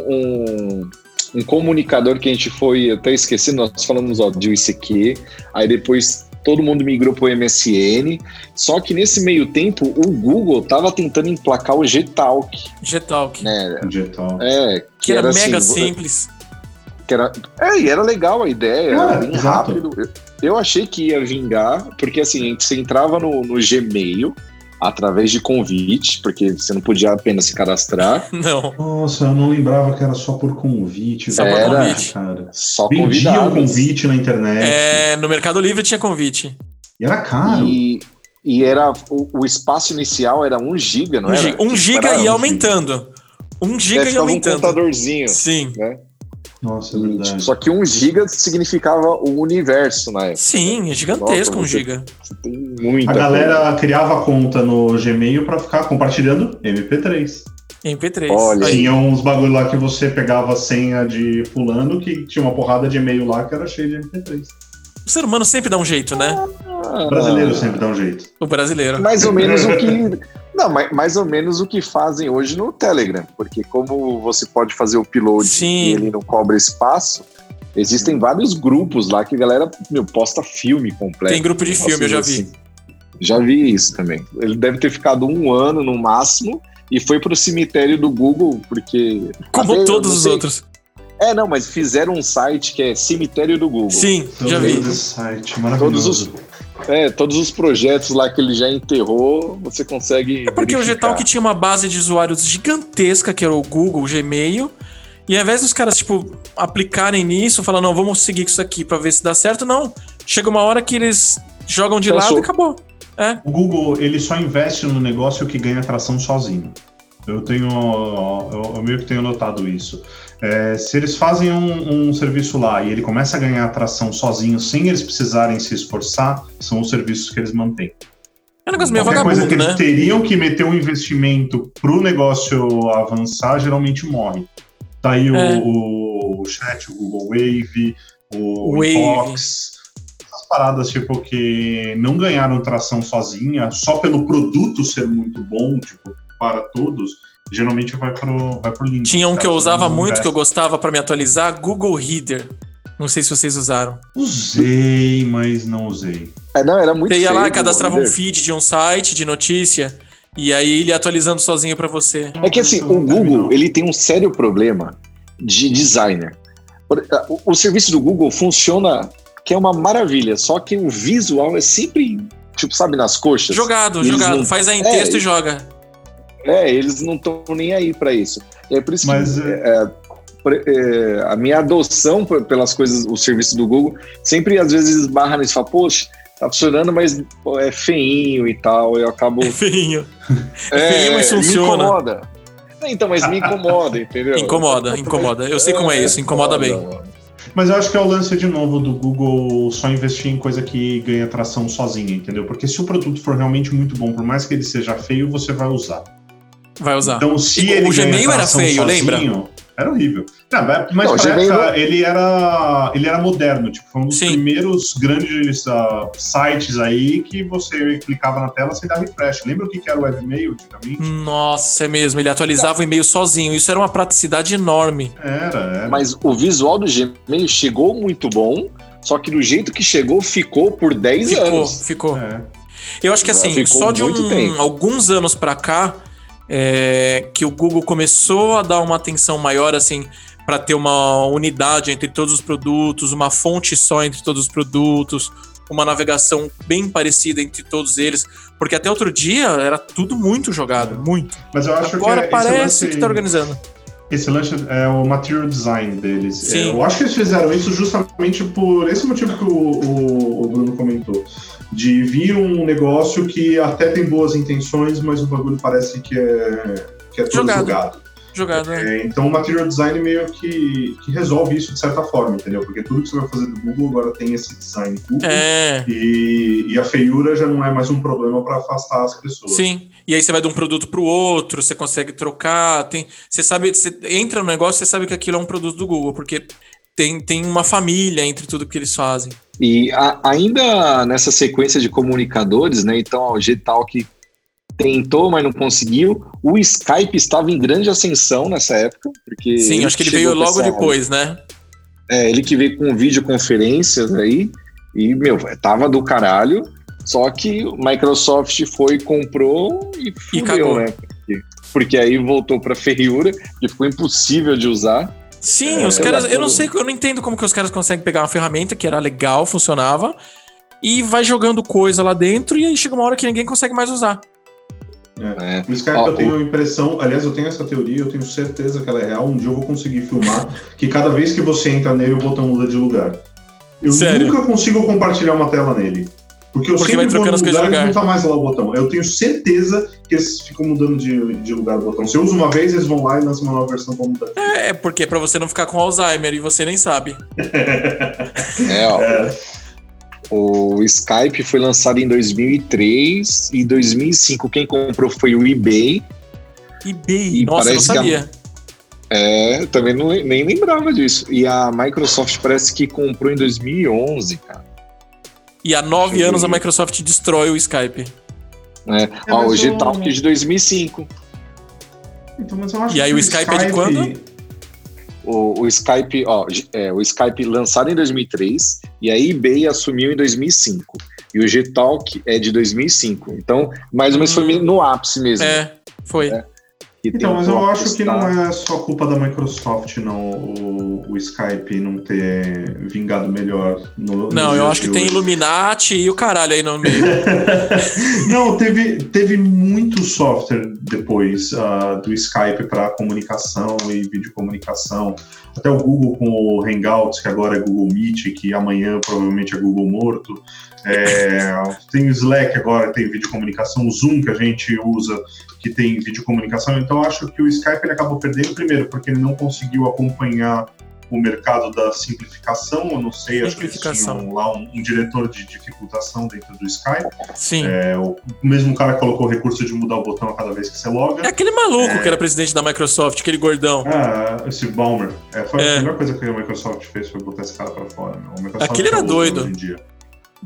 Speaker 3: um, um comunicador que a gente foi eu até esqueci? Nós falamos, ó, de ICQ, aí depois. Todo mundo migrou pro MSN, só que nesse meio tempo o Google tava tentando emplacar o Gtalk,
Speaker 1: G-Talk.
Speaker 3: né?
Speaker 2: Digital.
Speaker 3: É,
Speaker 1: Que era, mega
Speaker 3: assim,
Speaker 1: simples.
Speaker 3: Que era, é, e era legal a ideia, era
Speaker 2: Cara,
Speaker 3: bem
Speaker 2: exato.
Speaker 3: rápido. Eu, eu achei que ia vingar, porque assim, você entrava no, no Gmail através de convite, porque você não podia apenas se cadastrar,
Speaker 1: Não.
Speaker 2: Nossa, eu não lembrava que era só por convite.
Speaker 1: Só
Speaker 2: velho.
Speaker 3: por
Speaker 2: Caraca,
Speaker 1: convite.
Speaker 2: Cara.
Speaker 3: só
Speaker 2: Vendia o
Speaker 3: convidado.
Speaker 2: convite na internet.
Speaker 1: É, no Mercado Livre tinha convite.
Speaker 2: E era caro.
Speaker 3: E, e era o, o espaço inicial era 1 giga, não
Speaker 1: Um,
Speaker 3: era?
Speaker 1: gi- um giga
Speaker 3: Era
Speaker 1: e
Speaker 2: um
Speaker 1: aumentando. Um
Speaker 3: Daí
Speaker 1: giga e
Speaker 3: ficava um
Speaker 1: aumentando.
Speaker 3: computadorzinho.
Speaker 1: Sim.
Speaker 2: Nossa, é verdade.
Speaker 3: Só que 1 giga significava o universo na época.
Speaker 1: Sim, é gigantesco um
Speaker 3: Nossa, você-
Speaker 1: giga.
Speaker 3: Você tem muita
Speaker 2: A galera criava conta no Gmail pra ficar compartilhando MP3.
Speaker 1: MP3.
Speaker 3: Olha
Speaker 1: Aí.
Speaker 2: Tinha uns bagulho lá que você pegava a senha de fulano que tinha uma porrada de e-mail lá que era cheio de MP3.
Speaker 1: O ser humano sempre dá um jeito, né?
Speaker 3: coisa. Ah,
Speaker 2: O brasileiro sempre dá um jeito.
Speaker 1: O brasileiro.
Speaker 3: mais ou menos o que não, ma- mais ou menos o que fazem hoje no Telegram, porque como você pode fazer o upload
Speaker 1: Sim.
Speaker 3: e ele não cobra espaço, existem vários grupos lá que a galera meu, posta filme completo.
Speaker 1: Tem grupo de
Speaker 3: né? Nossa,
Speaker 1: filme, eu já vi.
Speaker 3: assim, Já vi isso também. Ele deve ter ficado um ano no máximo e foi pro cemitério do Google, porque. até
Speaker 1: Como
Speaker 3: eu
Speaker 1: todos
Speaker 3: não
Speaker 1: os
Speaker 3: sei-
Speaker 1: outros.
Speaker 3: É, não, mas fizeram um site que é cemitério do Google. Então,
Speaker 1: Sim,
Speaker 2: Eu
Speaker 1: já
Speaker 2: lembro
Speaker 1: vi.
Speaker 4: é
Speaker 2: desse site, maravilhoso.
Speaker 3: Todos É, todos os projetos lá que ele já enterrou, você consegue.
Speaker 1: É porque o
Speaker 3: verificar.
Speaker 1: Getalk tinha uma base de usuários gigantesca, que era o Google, o Gmail. E ao invés dos caras, tipo, aplicarem nisso, falar, não, vamos seguir com isso aqui pra ver se dá certo, não. Chega uma hora que eles jogam de lado
Speaker 3: Cansou.
Speaker 1: e acabou.
Speaker 4: O Google, ele só investe no negócio que ganha atração sozinho. Eu tenho, eu, eu meio que tenho notado isso. É, se eles fazem um, um serviço lá e ele começa a ganhar atração sozinho, sem eles precisarem se esforçar, são os serviços que eles mantêm.
Speaker 1: É um negócio meio
Speaker 2: Qualquer coisa que
Speaker 1: vagabundo,
Speaker 2: eles
Speaker 1: né?
Speaker 2: teriam que meter um investimento pro negócio avançar, geralmente morre. Tá aí o-
Speaker 1: É.
Speaker 2: o, o chat, o Google Wave, o
Speaker 1: Wave.
Speaker 2: Inbox. Essas paradas, tipo, que não ganharam tração sozinha, só pelo produto ser muito bom, tipo, para todos, geralmente vai pro, vai pro link.
Speaker 1: Tinha um que eu usava muito, que eu
Speaker 2: eu
Speaker 1: gostava pra me atualizar, Google Reader. Não sei se vocês usaram.
Speaker 2: usei, mas não usei.
Speaker 3: É, não, era muito
Speaker 1: Você ia
Speaker 3: feio,
Speaker 1: lá, cadastrava um
Speaker 3: Wander.
Speaker 1: feed de um site, de notícia, e aí ele ia atualizando sozinho pra você.
Speaker 3: É que assim,
Speaker 2: Não, não
Speaker 3: o Google
Speaker 2: terminou.
Speaker 3: ele tem um sério problema de designer. Por- o- O serviço do Google funciona que é uma maravilha, só que o visual é sempre, tipo, sabe, nas coxas.
Speaker 1: Jogado,
Speaker 3: Eles
Speaker 1: jogado.
Speaker 3: não-
Speaker 1: Faz aí em texto e
Speaker 3: e-
Speaker 1: joga.
Speaker 3: É, eles não estão nem aí pra isso. E é por isso
Speaker 4: Mas
Speaker 3: que
Speaker 4: é,
Speaker 3: pre- é, a minha adoção p- pelas coisas, o serviço do Google, sempre às vezes esbarra nisso, fala, poxa, tá funcionando, mas pô, é feinho e tal, eu acabo...
Speaker 1: É feinho.
Speaker 3: É,
Speaker 1: feio, mas
Speaker 3: Me
Speaker 1: funciona.
Speaker 3: incomoda. Então, mas me incomoda, entendeu?
Speaker 4: Então,
Speaker 1: Incomoda, incomoda. Eu sei como é isso, incomoda bem.
Speaker 3: mano.
Speaker 4: Mas eu acho que é o lance de novo do Google só investir em coisa que ganha atração sozinha, entendeu? Porque se o produto for realmente muito bom, por mais que ele seja feio, você vai usar.
Speaker 1: Vai usar.
Speaker 4: Então, se ele
Speaker 1: E Tá. Tipo, o
Speaker 4: ganha
Speaker 1: Gmail era
Speaker 4: atração
Speaker 1: feio, lembra?
Speaker 4: Era horrível. Não, mas
Speaker 3: Não, o
Speaker 4: mas pra
Speaker 3: Gmail-
Speaker 4: época, ele era ele era moderno, tipo, foi um dos
Speaker 1: Sim.
Speaker 4: primeiros grandes ah, sites aí que você clicava na tela sem dar refresh. Lembra o que, que era o webmail antigamente?
Speaker 1: Nossa, é mesmo. Ele atualizava o e-mail sozinho. Isso era uma praticidade enorme.
Speaker 4: Era, era.
Speaker 3: Mas o visual do Gmail chegou muito bom, Só que do jeito que chegou, ficou por 10
Speaker 1: ficou,
Speaker 3: anos.
Speaker 1: ficou.
Speaker 4: É.
Speaker 1: Eu acho que assim,
Speaker 3: Ficou
Speaker 1: só de
Speaker 3: muito
Speaker 1: um-
Speaker 3: tempo.
Speaker 1: alguns anos pra cá, é, que o Google começou a dar uma atenção maior, assim, para ter uma unidade entre todos os produtos, uma fonte só entre todos os produtos, uma navegação bem parecida entre todos eles. Porque até outro dia era tudo muito jogado, muito.
Speaker 4: Mas eu acho
Speaker 1: Agora
Speaker 4: que é-
Speaker 1: parece
Speaker 4: esse lance,
Speaker 1: que tá organizando.
Speaker 4: Esse lance é o material design deles. É,
Speaker 1: Sim.
Speaker 2: Eu acho que eles fizeram isso justamente por esse motivo que o, o- o Bruno comentou. De vir um negócio que até tem boas intenções, mas o bagulho parece que é, que é todo
Speaker 1: Jogado.
Speaker 2: jogado.
Speaker 1: Jogado, né?
Speaker 2: É, então o material design meio que, que resolve isso de certa forma, entendeu? Porque tudo que você vai fazer do Google agora tem esse design Google.
Speaker 1: É.
Speaker 2: E, e a feiura já não é mais um problema para afastar as pessoas.
Speaker 1: Sim. E aí você vai de um produto pro outro, você consegue trocar, tem, você sabe, você entra no negócio, você sabe que aquilo é um produto do Google, porque tem, tem uma família entre tudo que eles fazem.
Speaker 3: E a- ainda nessa sequência de comunicadores, né? Então ó, o Gtalk tentou, mas não conseguiu. O Skype estava em grande ascensão nessa época, porque
Speaker 1: Sim, acho que ele veio
Speaker 3: chegou com
Speaker 1: logo
Speaker 3: essa-
Speaker 1: depois, né?
Speaker 3: É, ele que veio com videoconferências aí, e, meu, tava do caralho, só que o Microsoft foi, comprou e fudeu,
Speaker 1: cagou.
Speaker 3: né? Porque, porque aí voltou pra ferriura, que ficou impossível de usar.
Speaker 1: Sim,
Speaker 3: É,
Speaker 1: os caras. Eu não
Speaker 3: eu-
Speaker 1: sei, eu não entendo como que os caras conseguem pegar uma ferramenta que era legal, funcionava, e vai jogando coisa lá dentro, e aí chega uma hora que ninguém consegue mais usar.
Speaker 3: né?
Speaker 2: O Skype
Speaker 3: Ó,
Speaker 2: eu tenho a impressão, aliás, eu tenho essa teoria, eu tenho certeza que ela é real. Um dia eu vou conseguir filmar que cada vez que você entra nele, o botão muda de lugar. Eu
Speaker 1: Sério?
Speaker 2: nunca consigo compartilhar uma tela nele. Porque eu
Speaker 1: Porque vai
Speaker 2: sempre vou
Speaker 1: trocando
Speaker 2: no
Speaker 1: as coisas de
Speaker 2: lugar e
Speaker 1: lugar.
Speaker 2: não tá mais lá o botão. Eu tenho certeza que eles ficam mudando de, de lugar o botão. Se eu uso uma vez, eles vão lá e lançam uma nova versão pra mudar.
Speaker 1: É, é porque é pra você não ficar com Alzheimer e você nem sabe.
Speaker 3: É, ó,
Speaker 2: É.
Speaker 3: o Skype foi lançado em 2003, e em 2005 quem comprou foi o eBay.
Speaker 1: eBay,
Speaker 3: E
Speaker 1: nossa, eu não
Speaker 3: parece que a-
Speaker 1: sabia.
Speaker 3: É, também não, le- nem lembrava disso. E a Microsoft parece que comprou em 2011, cara.
Speaker 1: E há nove
Speaker 3: Sim.
Speaker 1: anos a Microsoft destrói o Skype. É
Speaker 3: ó, o
Speaker 1: um
Speaker 2: mas eu-
Speaker 3: Gtalk de 2005.
Speaker 2: Então, mas eu acho
Speaker 1: E aí
Speaker 2: que
Speaker 1: o Skype é de quando?
Speaker 3: O, o Skype, ó, G- é, o Skype lançado em 2003 e a eBay assumiu em 2005. E o Gtalk é de 2005. Então, mais ou menos foi
Speaker 1: Hum.
Speaker 3: no ápice mesmo.
Speaker 1: É, foi.
Speaker 3: Que
Speaker 2: Então, mas
Speaker 3: tentou
Speaker 2: eu acho que não
Speaker 3: apostar.
Speaker 2: é só culpa da Microsoft, não, o, o Skype não ter vingado melhor.
Speaker 1: Não,
Speaker 2: No, nos
Speaker 1: eu
Speaker 2: dias
Speaker 1: acho que
Speaker 2: um de
Speaker 1: tem
Speaker 2: hoje.
Speaker 1: Illuminati e o caralho aí no meio.
Speaker 2: Não, teve, teve muito software depois ah, do Skype para comunicação e videocomunicação. Até o Google com o Hangouts, que agora é Google Meet, que amanhã provavelmente é Google Morto. É, tem o Slack agora, que tem videocomunicação. O Zoom, que a gente usa, que tem videocomunicação. Então, eu acho que o Skype ele acabou perdendo primeiro, porque ele não conseguiu acompanhar o mercado da simplificação. Eu não sei, acho que eles
Speaker 1: Simplificação.
Speaker 2: tinham lá um- um diretor de dificultação dentro do Skype.
Speaker 1: Sim.
Speaker 2: É, o mesmo cara que colocou o recurso de mudar o botão a cada vez que você
Speaker 1: É
Speaker 2: loga.
Speaker 1: aquele maluco que era presidente da Microsoft, aquele gordão.
Speaker 2: Ah, esse Balmer. É, foi
Speaker 1: É.
Speaker 2: a primeira coisa que a Microsoft fez foi botar esse cara pra fora. Meu. A Microsoft
Speaker 1: Aquele era
Speaker 2: tá louca
Speaker 1: doido.
Speaker 2: Hoje em dia.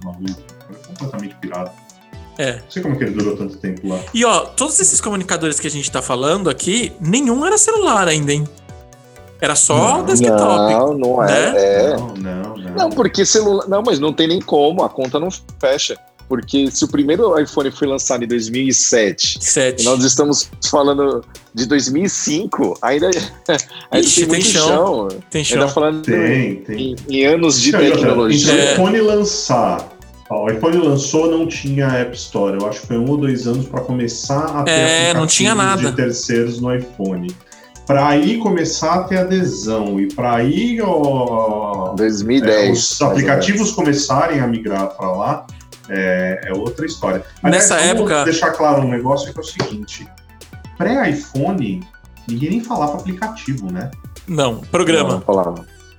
Speaker 2: Maluco. É Completamente pirado.
Speaker 1: É.
Speaker 2: Não sei como que ele durou tanto tempo lá.
Speaker 1: E ó, todos esses comunicadores que a gente tá falando aqui, nenhum era celular ainda, hein? Era só
Speaker 2: Não.
Speaker 1: desktop.
Speaker 3: Não, não é.
Speaker 1: Né?
Speaker 3: é.
Speaker 2: Não, não, não.
Speaker 3: Não, porque celular. Não, mas não tem nem como, a conta não fecha. Porque se o primeiro iPhone foi lançado em 2007
Speaker 1: Sete.
Speaker 3: e nós estamos falando de 2005, ainda, ainda
Speaker 1: Ixi,
Speaker 3: tem
Speaker 1: tem
Speaker 3: muito
Speaker 1: chão.
Speaker 3: chão.
Speaker 1: Tem
Speaker 3: Ainda
Speaker 1: chão.
Speaker 3: falando
Speaker 2: Tem, tem.
Speaker 3: em, em anos de
Speaker 2: Não, e outra,
Speaker 3: tecnologia.
Speaker 2: Então,
Speaker 1: É.
Speaker 2: o iPhone lançar. ó, o iPhone lançou, não tinha App Store. Eu acho que foi um ou dois anos para começar a ter
Speaker 1: É, não
Speaker 2: aplicativos
Speaker 1: tinha nada.
Speaker 2: de terceiros no iPhone. Para aí começar a ter adesão e para aí ó, é,
Speaker 3: 2010.
Speaker 2: os aplicativos começarem a migrar para lá é, é outra história.
Speaker 1: Nessa
Speaker 2: vamos
Speaker 1: época-
Speaker 2: deixar claro um negócio que é o seguinte: pré-iPhone, ninguém nem falava aplicativo, né?
Speaker 1: Não, programa.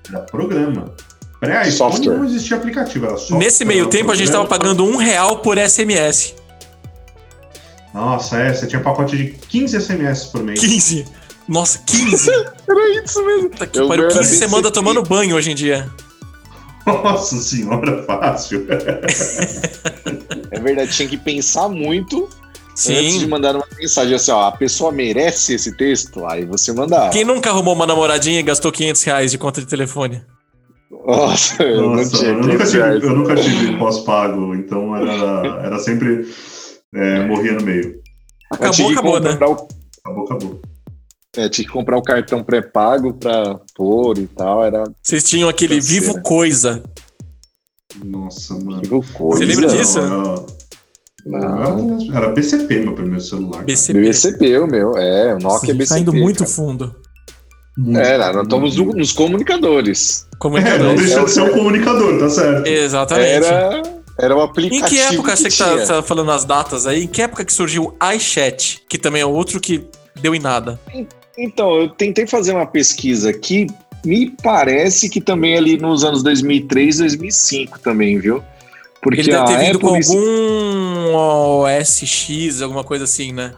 Speaker 2: Era programa. Pré-iPhone
Speaker 3: Software.
Speaker 2: não existia aplicativo, era software.
Speaker 1: Nesse meio
Speaker 2: era
Speaker 1: tempo, a gente tava
Speaker 2: programa.
Speaker 1: pagando um real por SMS.
Speaker 2: Nossa, é, você tinha pacote de 15 SMS por mês.
Speaker 1: 15. Nossa, 15.
Speaker 3: Era isso mesmo.
Speaker 1: Puta que
Speaker 3: Eu
Speaker 1: pariu.
Speaker 3: era
Speaker 1: 15 você manda
Speaker 3: BCP.
Speaker 1: tomando banho hoje em dia.
Speaker 2: Nossa senhora, fácil.
Speaker 3: É verdade, tinha que pensar muito antes de
Speaker 1: Sim.
Speaker 3: mandar uma mensagem assim, ó, a pessoa merece esse texto? Aí você mandava.
Speaker 1: Quem nunca arrumou uma namoradinha e gastou 500 reais de conta de telefone?
Speaker 3: Nossa, eu não
Speaker 2: Nossa,
Speaker 3: tinha
Speaker 2: eu, nunca
Speaker 3: 500
Speaker 2: tive,
Speaker 3: reais.
Speaker 2: eu nunca tive pós-pago, então era, era sempre. é, morria no meio.
Speaker 3: Eu
Speaker 1: Acabou,
Speaker 3: tinha que
Speaker 1: acabou, né?
Speaker 3: comprar o-
Speaker 2: Acabou, acabou.
Speaker 3: é, tinha que comprar o cartão pré-pago pra pôr e tal. Era
Speaker 1: Vocês tinham aquele
Speaker 3: Canseira.
Speaker 1: Vivo Coisa.
Speaker 2: Nossa, mano.
Speaker 3: tipo coisa.
Speaker 1: Você lembra disso?
Speaker 2: Não,
Speaker 3: Não,
Speaker 2: eu- Era, BCP meu primeiro celular.
Speaker 1: BCP.
Speaker 3: BCP, o meu. É, o
Speaker 1: Nossa, a
Speaker 3: Nokia
Speaker 1: gente
Speaker 3: BCP.
Speaker 1: tá indo muito
Speaker 3: cara.
Speaker 1: fundo.
Speaker 2: Muito.
Speaker 3: É, nós estamos no- nos comunicadores.
Speaker 1: Como é que
Speaker 2: É, não
Speaker 1: é?
Speaker 3: dois.
Speaker 2: deixou de ser um comunicador, tá certo?
Speaker 1: Exatamente.
Speaker 3: Era, era o
Speaker 1: Em
Speaker 3: aplicativo.
Speaker 1: que época você que
Speaker 3: tinha.
Speaker 1: tá, tá falando as datas aí? Em que época que surgiu o iChat, que também é outro que deu em nada?
Speaker 3: Então, eu tentei fazer uma pesquisa aqui, me parece que também ali nos anos 2003, 2005 também, viu? Porque
Speaker 1: Ele deve
Speaker 3: a
Speaker 1: ter vindo com
Speaker 3: Apple...
Speaker 1: algum OS X, alguma coisa assim, né?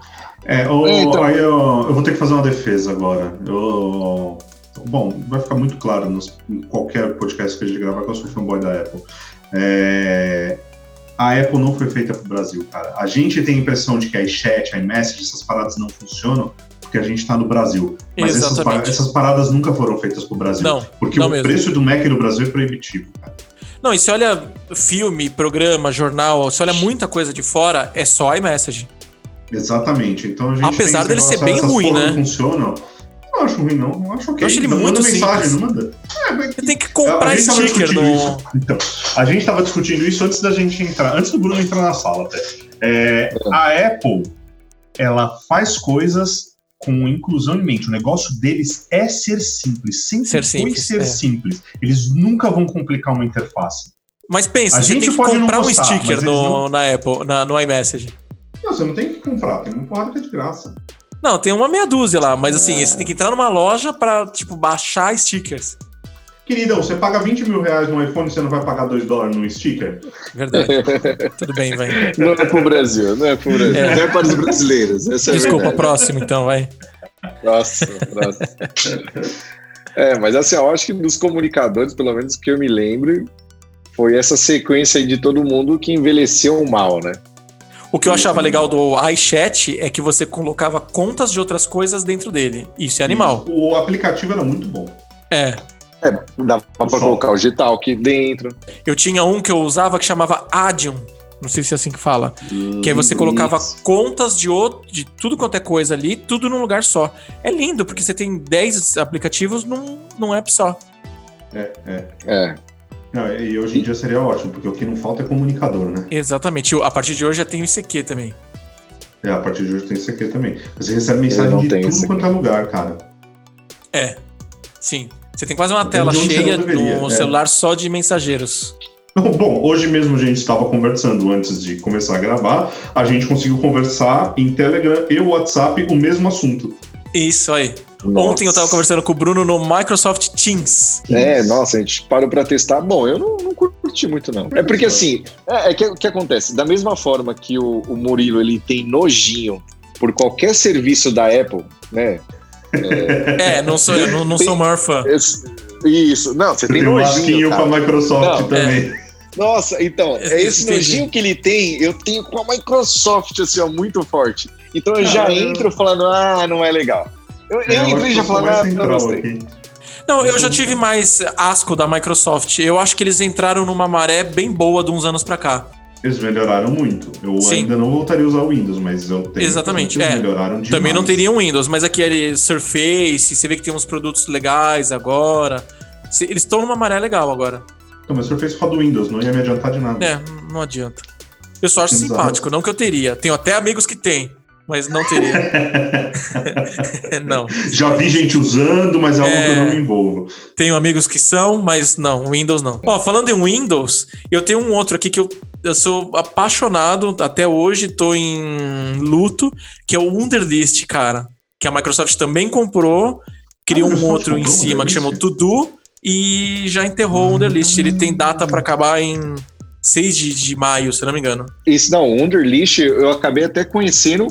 Speaker 2: É, ô,
Speaker 3: É, então.
Speaker 2: aí eu, eu vou ter que fazer uma defesa agora. Eu, bom, vai ficar muito claro nos, em qualquer podcast que a gente gravar que eu sou fanboy da Apple. É, a Apple não foi feita pro Brasil, cara. A gente tem a impressão de que a iChat, a iMessage, essas paradas não funcionam porque a gente tá no Brasil. Mas essas, pa-
Speaker 1: Exatamente.
Speaker 2: essas paradas nunca foram feitas pro Brasil.
Speaker 1: Não,
Speaker 2: porque
Speaker 1: não
Speaker 2: o
Speaker 1: mesmo.
Speaker 2: preço do Mac no Brasil é proibitivo, cara.
Speaker 1: Não, e se olha filme, programa, jornal, se olha muita coisa de fora, é só iMessage.
Speaker 2: Exatamente. Então a gente
Speaker 1: Apesar
Speaker 2: tem
Speaker 1: dele
Speaker 2: esse
Speaker 1: ser
Speaker 2: negócio,
Speaker 1: bem
Speaker 2: essas
Speaker 1: ruim,
Speaker 2: porra
Speaker 1: né?
Speaker 2: Não funcionam. Não acho ruim, não. Não acho ok.
Speaker 1: Eu acho ele
Speaker 2: Não
Speaker 1: muito
Speaker 2: manda mensagem,
Speaker 1: simples.
Speaker 2: não manda. É, mas-
Speaker 1: Você tem que comprar
Speaker 2: A gente tava
Speaker 1: sticker
Speaker 2: discutindo
Speaker 1: no.
Speaker 2: Então, a gente estava discutindo isso antes da gente entrar, antes do Bruno entrar na sala até. É, a Apple, ela faz coisas com inclusão em mente. O negócio deles é ser simples, sempre
Speaker 1: Ser
Speaker 2: foi
Speaker 1: simples,
Speaker 2: ser
Speaker 1: é.
Speaker 2: simples. Eles nunca vão complicar uma interface.
Speaker 1: Mas
Speaker 2: A
Speaker 1: pensa, você
Speaker 2: gente
Speaker 1: tem que
Speaker 2: pode não
Speaker 1: comprar
Speaker 2: gostar,
Speaker 1: um
Speaker 2: mas
Speaker 1: sticker
Speaker 2: eles
Speaker 1: no, na Apple, na- no iMessage.
Speaker 2: Não, você não tem que comprar, tem uma porrada que é de graça.
Speaker 1: Não, tem uma meia dúzia lá, mas assim, você tem que entrar numa loja pra, tipo, baixar stickers.
Speaker 2: Queridão, você paga 20 mil reais no iPhone, você não vai pagar 2 dólares num sticker?
Speaker 1: Verdade. Tudo bem, vai.
Speaker 3: Não é pro Brasil, não é pro Brasil.
Speaker 1: É.
Speaker 3: Não é para os brasileiros. Essa é a
Speaker 1: Desculpa,
Speaker 3: verdade.
Speaker 1: próximo então, vai.
Speaker 3: Nossa, nossa. É, mas assim, eu acho que dos comunicadores, pelo menos que eu me lembro, foi essa sequência aí de todo mundo que envelheceu mal, né?
Speaker 1: O que eu achava legal do iChat é que você colocava contas de outras coisas dentro dele. Isso é animal.
Speaker 2: O aplicativo era muito bom.
Speaker 1: É.
Speaker 3: Dava pra
Speaker 2: Só.
Speaker 3: colocar o Gitalk dentro.
Speaker 2: Hum.
Speaker 1: Eu tinha um que eu usava que chamava Adium. Não sei se é assim que fala. Que aí você colocava
Speaker 3: Isso.
Speaker 1: contas de outro, de tudo quanto é coisa ali, tudo num lugar só. É lindo, porque você tem 10 aplicativos num, num app só.
Speaker 2: É, é.
Speaker 3: É.
Speaker 2: Não, Ah, e hoje em dia seria ótimo, porque o que não falta é comunicador, né?
Speaker 1: Exatamente. A partir de hoje já tem o ICQ também.
Speaker 2: É, a partir de hoje tem isso aqui também. Você recebe
Speaker 3: não
Speaker 2: mensagem de
Speaker 3: tenho isso
Speaker 2: tudo
Speaker 3: aqui.
Speaker 2: quanto é lugar, cara.
Speaker 1: É. Sim. Você tem quase uma
Speaker 2: Entendi
Speaker 1: tela
Speaker 2: onde você
Speaker 1: cheia
Speaker 2: não deveria,
Speaker 1: no
Speaker 2: é.
Speaker 1: celular só de mensageiros.
Speaker 2: Bom, hoje mesmo a gente estava conversando antes de começar a gravar. A gente conseguiu conversar em Telegram e WhatsApp o mesmo assunto.
Speaker 1: Isso aí. Ontem eu tava conversando com o Bruno no Microsoft Teams.
Speaker 3: É, nossa, a gente parou pra testar. Bom, eu não, não curti muito, não. É porque assim, é, é que o que acontece? Da mesma forma que o, o Murilo ele tem nojinho por qualquer serviço da Apple, né?
Speaker 1: É, não sou eu, não, não sou o maior fã.
Speaker 3: Esse- isso, não, você tem
Speaker 2: Tem um
Speaker 3: nojinho.
Speaker 2: lasquinho com
Speaker 3: Cara.
Speaker 2: a Microsoft
Speaker 3: Não,
Speaker 2: também.
Speaker 3: Nossa, então, é esse
Speaker 1: Entendi.
Speaker 3: nojinho que ele tem, eu tenho com a Microsoft, assim, ó, muito forte. Então eu já
Speaker 2: Caramba.
Speaker 3: entro falando, ah, não é legal. Eu, eu
Speaker 2: acho
Speaker 3: entrei
Speaker 2: que
Speaker 3: já
Speaker 2: sou
Speaker 3: falando,
Speaker 2: É mais
Speaker 3: ah, não
Speaker 2: central
Speaker 3: gostei.
Speaker 2: aqui.
Speaker 1: Não, eu já tive mais asco da Microsoft. Eu acho que eles entraram numa maré bem boa de uns anos pra cá.
Speaker 2: Eles melhoraram muito. Eu
Speaker 1: Sim.
Speaker 2: ainda não voltaria a usar o Windows, mas eu tenho.
Speaker 1: Exatamente,
Speaker 2: que Eles
Speaker 1: é.
Speaker 2: melhoraram demais.
Speaker 1: Também não teria um Windows, mas aquele Surface, você vê que tem uns produtos legais agora. Se- Eles estão numa maré legal agora.
Speaker 2: Não, mas o Surface roda o Windows, não ia me adiantar de nada.
Speaker 1: É, não adianta. Eu só acho
Speaker 2: Exato.
Speaker 1: simpático, não que eu teria. Tenho até amigos que têm, mas não teria. não.
Speaker 2: Já vi gente usando, mas é algo que eu
Speaker 1: É.
Speaker 2: não me envolvo.
Speaker 1: Tenho amigos que são, mas não, Windows não. Ó, falando em Windows, eu tenho um outro aqui que eu, eu sou apaixonado até hoje, tô em luto, que é o Wunderlist, cara. Que a Microsoft também comprou, criou
Speaker 2: Ah,
Speaker 1: um
Speaker 2: Microsoft
Speaker 1: outro em
Speaker 2: comprou o
Speaker 1: cima que
Speaker 2: Wunderlist?
Speaker 1: chamou Todo e já enterrou o Wunderlist. Ele tem data pra acabar em 6 de, de maio, se eu não me engano.
Speaker 3: Isso não, o Underlist eu acabei até conhecendo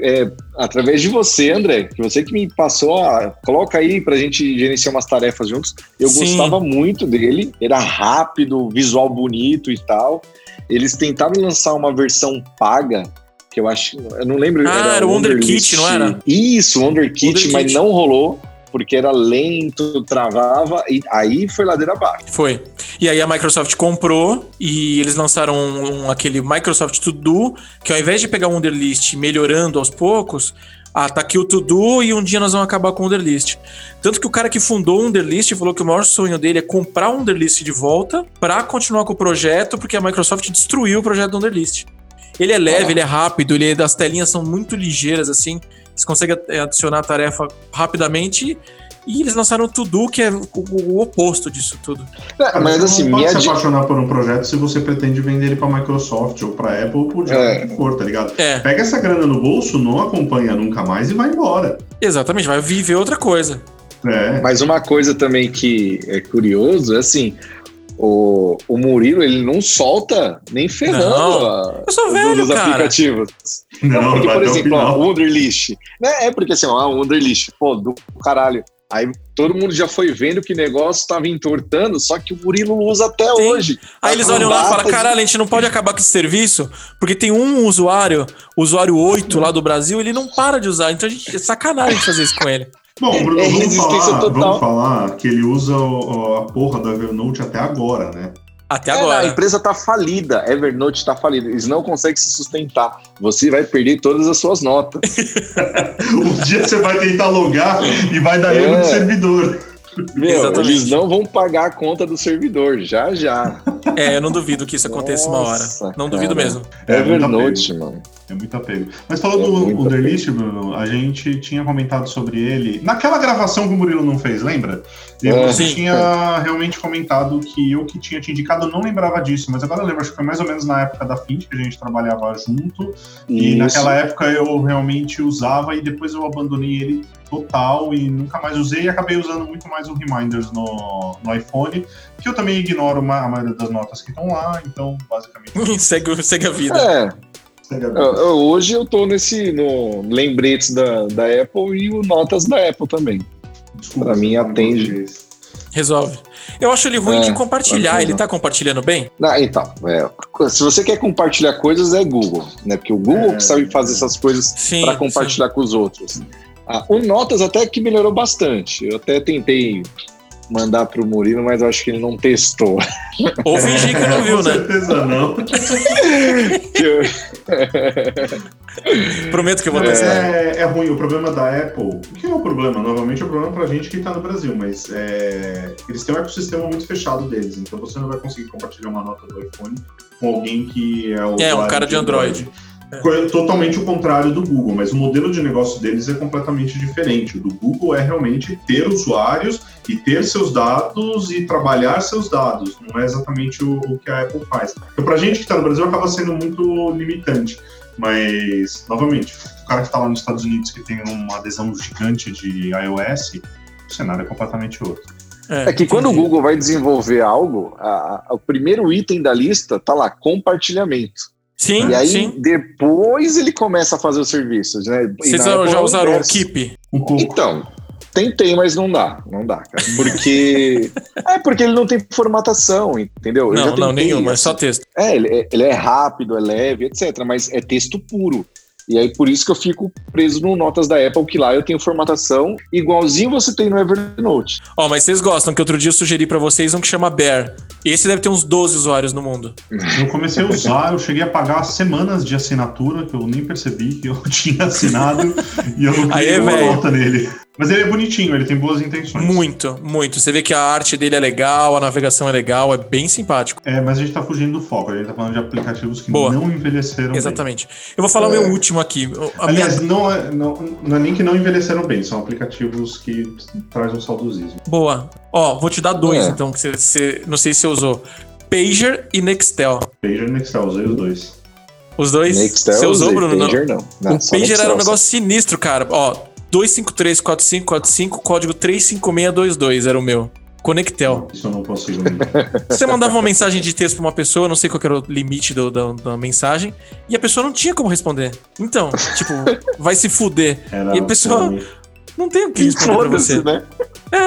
Speaker 3: é, através de você, André. que Você que me passou a. Coloca aí pra gente gerenciar umas tarefas juntos. Eu
Speaker 1: Sim.
Speaker 3: gostava muito dele, era rápido, visual bonito e tal. Eles tentaram lançar uma versão paga, que eu acho. Eu não lembro.
Speaker 1: Ah, era o Wonder Kit,
Speaker 3: Underlist-
Speaker 1: não era?
Speaker 3: Isso, Wonder Kit,
Speaker 1: Wonder
Speaker 3: mas
Speaker 1: Kit.
Speaker 3: não rolou. porque era lento, travava, e aí foi ladeira abaixo.
Speaker 1: Foi. E aí a Microsoft comprou e eles lançaram um- um- aquele Microsoft To Do, que ao invés de pegar o Wunderlist melhorando aos poucos, ah, tá aqui o To Do e um dia nós vamos acabar com o Wunderlist. Tanto que o cara que fundou o Wunderlist falou que o maior sonho dele é comprar o Wunderlist de volta pra continuar com o projeto, porque a Microsoft destruiu o projeto do Wunderlist. Ele é leve,
Speaker 3: Ah.
Speaker 1: ele é rápido, ele é- as telinhas são muito ligeiras, assim. Você consegue eh, adicionar a tarefa rapidamente. E eles lançaram o To Do, que é o- o- o oposto disso tudo.
Speaker 3: É,
Speaker 2: Cara,
Speaker 3: mas
Speaker 2: você
Speaker 3: assim,
Speaker 2: não pode
Speaker 3: minha
Speaker 2: se
Speaker 3: dica.
Speaker 2: apaixonar por um projeto se você pretende vender ele pra Microsoft ou pra Apple ou pro diabo
Speaker 3: É.
Speaker 2: que for, tá ligado?
Speaker 1: É,
Speaker 2: Pega essa grana no bolso, não acompanha nunca mais e vai embora.
Speaker 1: exatamente, vai viver outra coisa.
Speaker 2: É.
Speaker 3: Mas uma coisa também que é curioso, é assim, o, o Murilo, ele não solta nem ferrando
Speaker 1: Não.
Speaker 3: a-
Speaker 1: Eu sou
Speaker 3: do-
Speaker 1: velho,
Speaker 3: dos
Speaker 1: cara.
Speaker 3: aplicativos.
Speaker 2: Não,
Speaker 3: porque,
Speaker 2: vai
Speaker 3: por
Speaker 2: até o
Speaker 3: exemplo, ó,
Speaker 2: final.
Speaker 3: Wunderlist. Né? É porque assim, ó, Wunderlist, pô, do caralho. Aí todo mundo já foi vendo que negócio tava entortando, só que o Murilo usa até
Speaker 1: Sim.
Speaker 3: hoje.
Speaker 1: Aí eles olham lá e falam: caralho, a gente não pode acabar com esse serviço, porque tem um usuário, usuário 8 lá do Brasil, ele não para de usar. Então a gente, é sacanagem fazer isso com ele.
Speaker 2: Bom, Bruno,
Speaker 3: É
Speaker 2: vamos,
Speaker 3: resistência
Speaker 2: falar,
Speaker 3: total.
Speaker 2: vamos falar que ele usa o- o- a porra do Evernote até agora, né?
Speaker 1: Até
Speaker 3: É, A
Speaker 1: agora.
Speaker 3: empresa tá falida, Evernote tá falida, eles não conseguem se sustentar. Você vai perder todas as suas notas.
Speaker 2: Um dia você vai tentar logar e vai dar erro
Speaker 3: É.
Speaker 2: no servidor.
Speaker 3: Meu,
Speaker 1: Exatamente.
Speaker 3: eles não vão pagar a conta do servidor, já já.
Speaker 1: É, eu não duvido que isso aconteça uma hora.
Speaker 3: Nossa,
Speaker 1: Não duvido
Speaker 3: cara.
Speaker 1: mesmo.
Speaker 2: É,
Speaker 3: Evernote, mano.
Speaker 2: É muito apego. Mas falando
Speaker 3: É
Speaker 2: do
Speaker 3: muito
Speaker 2: Underlist, Bruno, a gente tinha comentado sobre ele naquela gravação que o Murilo não fez, lembra? E
Speaker 3: É.
Speaker 2: você
Speaker 1: Sim.
Speaker 2: tinha realmente comentado que eu que tinha te indicado, eu não lembrava disso, mas agora eu lembro, acho que foi mais ou menos na época da Fint que a gente trabalhava junto. E
Speaker 3: Isso.
Speaker 2: naquela época eu realmente usava e depois eu abandonei ele total e nunca mais usei e acabei usando muito mais o Reminders no, no iPhone, que eu também ignoro ma- a maioria das notas que estão lá, então basicamente.
Speaker 1: segue, o- segue a vida.
Speaker 3: É, eu- eu- hoje eu tô nesse no lembretes da, da Apple e o notas da Apple também.
Speaker 2: Desculpa,
Speaker 3: Pra mim,
Speaker 2: eu não
Speaker 3: atende.
Speaker 2: gostei desse.
Speaker 1: Resolve. Eu acho ele ruim
Speaker 3: É,
Speaker 1: de compartilhar.
Speaker 3: acho
Speaker 1: Ele
Speaker 3: não.
Speaker 1: tá compartilhando bem?
Speaker 3: Ah, então, é, se você quer compartilhar coisas, é Google, né? Porque o Google
Speaker 2: É.
Speaker 3: que sabe fazer essas coisas
Speaker 1: Sim.
Speaker 3: para compartilhar com os outros. Ah, o Notas até que melhorou bastante. Eu até tentei mandar pro Murilo, mas eu acho que ele não testou.
Speaker 1: sim. Ou fingir que não viu,
Speaker 2: É, Com
Speaker 1: né?
Speaker 2: certeza não.
Speaker 1: Prometo que eu vou
Speaker 2: Não, mas
Speaker 1: testar.
Speaker 2: é, é ruim. O problema da Apple, que é o problema? Novamente, é o problema pra gente que tá no Brasil, mas é, eles têm um ecossistema muito fechado deles, então você não vai conseguir compartilhar uma nota do iPhone com alguém que é o.
Speaker 1: É, um
Speaker 2: usuário
Speaker 1: cara de Android.
Speaker 2: Co- Totalmente o contrário do Google, mas o modelo de negócio deles é completamente diferente. O do Google é realmente ter usuários e ter seus dados e trabalhar seus dados. Não é exatamente o, o que a Apple faz. Então, pra gente que tá no Brasil, acaba sendo muito limitante. Mas, novamente, o cara que tá lá nos Estados Unidos, que tem uma adesão gigante de iOS, o cenário é completamente outro.
Speaker 3: É que quando o
Speaker 1: entendi.
Speaker 3: Google vai desenvolver algo, a- a- o primeiro item da lista tá lá, compartilhamento.
Speaker 1: Sim,
Speaker 3: E aí
Speaker 1: sim.
Speaker 3: depois ele começa a fazer os serviços, né? E
Speaker 1: Vocês
Speaker 3: na
Speaker 1: já,
Speaker 3: Apple é
Speaker 1: já
Speaker 3: o
Speaker 1: usaram o
Speaker 3: inverso.
Speaker 1: Keep?
Speaker 2: Um pouco.
Speaker 3: Então, tentei, mas não dá, não dá, cara. Porque é porque ele não tem formatação, entendeu? Eu já
Speaker 1: Não, não,
Speaker 3: tentei,
Speaker 1: nenhuma, é
Speaker 3: assim.
Speaker 1: só texto.
Speaker 3: É, ele, é- ele é rápido, é leve, etc. Mas é texto puro. E aí, por isso que eu fico preso no Notas da Apple, que lá eu tenho formatação igualzinho você tem no Evernote.
Speaker 1: Ó, mas vocês gostam que outro dia eu sugeri pra vocês um que chama Bear. Esse deve ter uns 12 usuários no mundo.
Speaker 2: Eu comecei a usar, eu cheguei a pagar semanas de assinatura, que eu nem percebi que eu tinha assinado, e eu não
Speaker 1: Aí é
Speaker 2: criei uma
Speaker 1: velho.
Speaker 2: nota nele. Mas ele é bonitinho, ele tem boas intenções.
Speaker 1: Muito, muito. Você vê que a arte dele é legal, a navegação é legal, é bem simpático.
Speaker 2: É, mas a gente tá fugindo do foco, a gente tá falando de aplicativos que
Speaker 1: Boa.
Speaker 2: não envelheceram bem.
Speaker 1: Exatamente. Eu vou falar o
Speaker 3: É.
Speaker 1: meu último aqui. A minha-
Speaker 2: Aliás, não é, não, não é nem que não envelheceram bem, são aplicativos que trazem um saudosismo.
Speaker 1: Boa. Ó, vou te dar dois,
Speaker 3: É.
Speaker 1: então, que você, você- Não sei se você usou. Pager e Nextel.
Speaker 2: Pager e Nextel, usei os dois.
Speaker 1: Os dois.
Speaker 3: Nextel,
Speaker 1: você usou,
Speaker 3: usei,
Speaker 1: Bruno? Não.
Speaker 3: Pager, não. não.
Speaker 1: o
Speaker 3: só
Speaker 1: Pager
Speaker 3: Nextel,
Speaker 1: era um
Speaker 3: só.
Speaker 1: negócio sinistro, cara. Ó, 2534545, código 35622 era o meu. Conectel.
Speaker 2: Isso eu não consigo. lembrar.
Speaker 1: Você mandava uma mensagem de texto pra uma pessoa, não sei qual que era o limite do- da, da mensagem, e a pessoa não tinha como responder. Então, tipo, vai se fuder.
Speaker 2: Era
Speaker 1: E a pessoa- Não tem o que
Speaker 3: Que
Speaker 1: responder pra
Speaker 3: foda-se,
Speaker 1: você.
Speaker 3: né?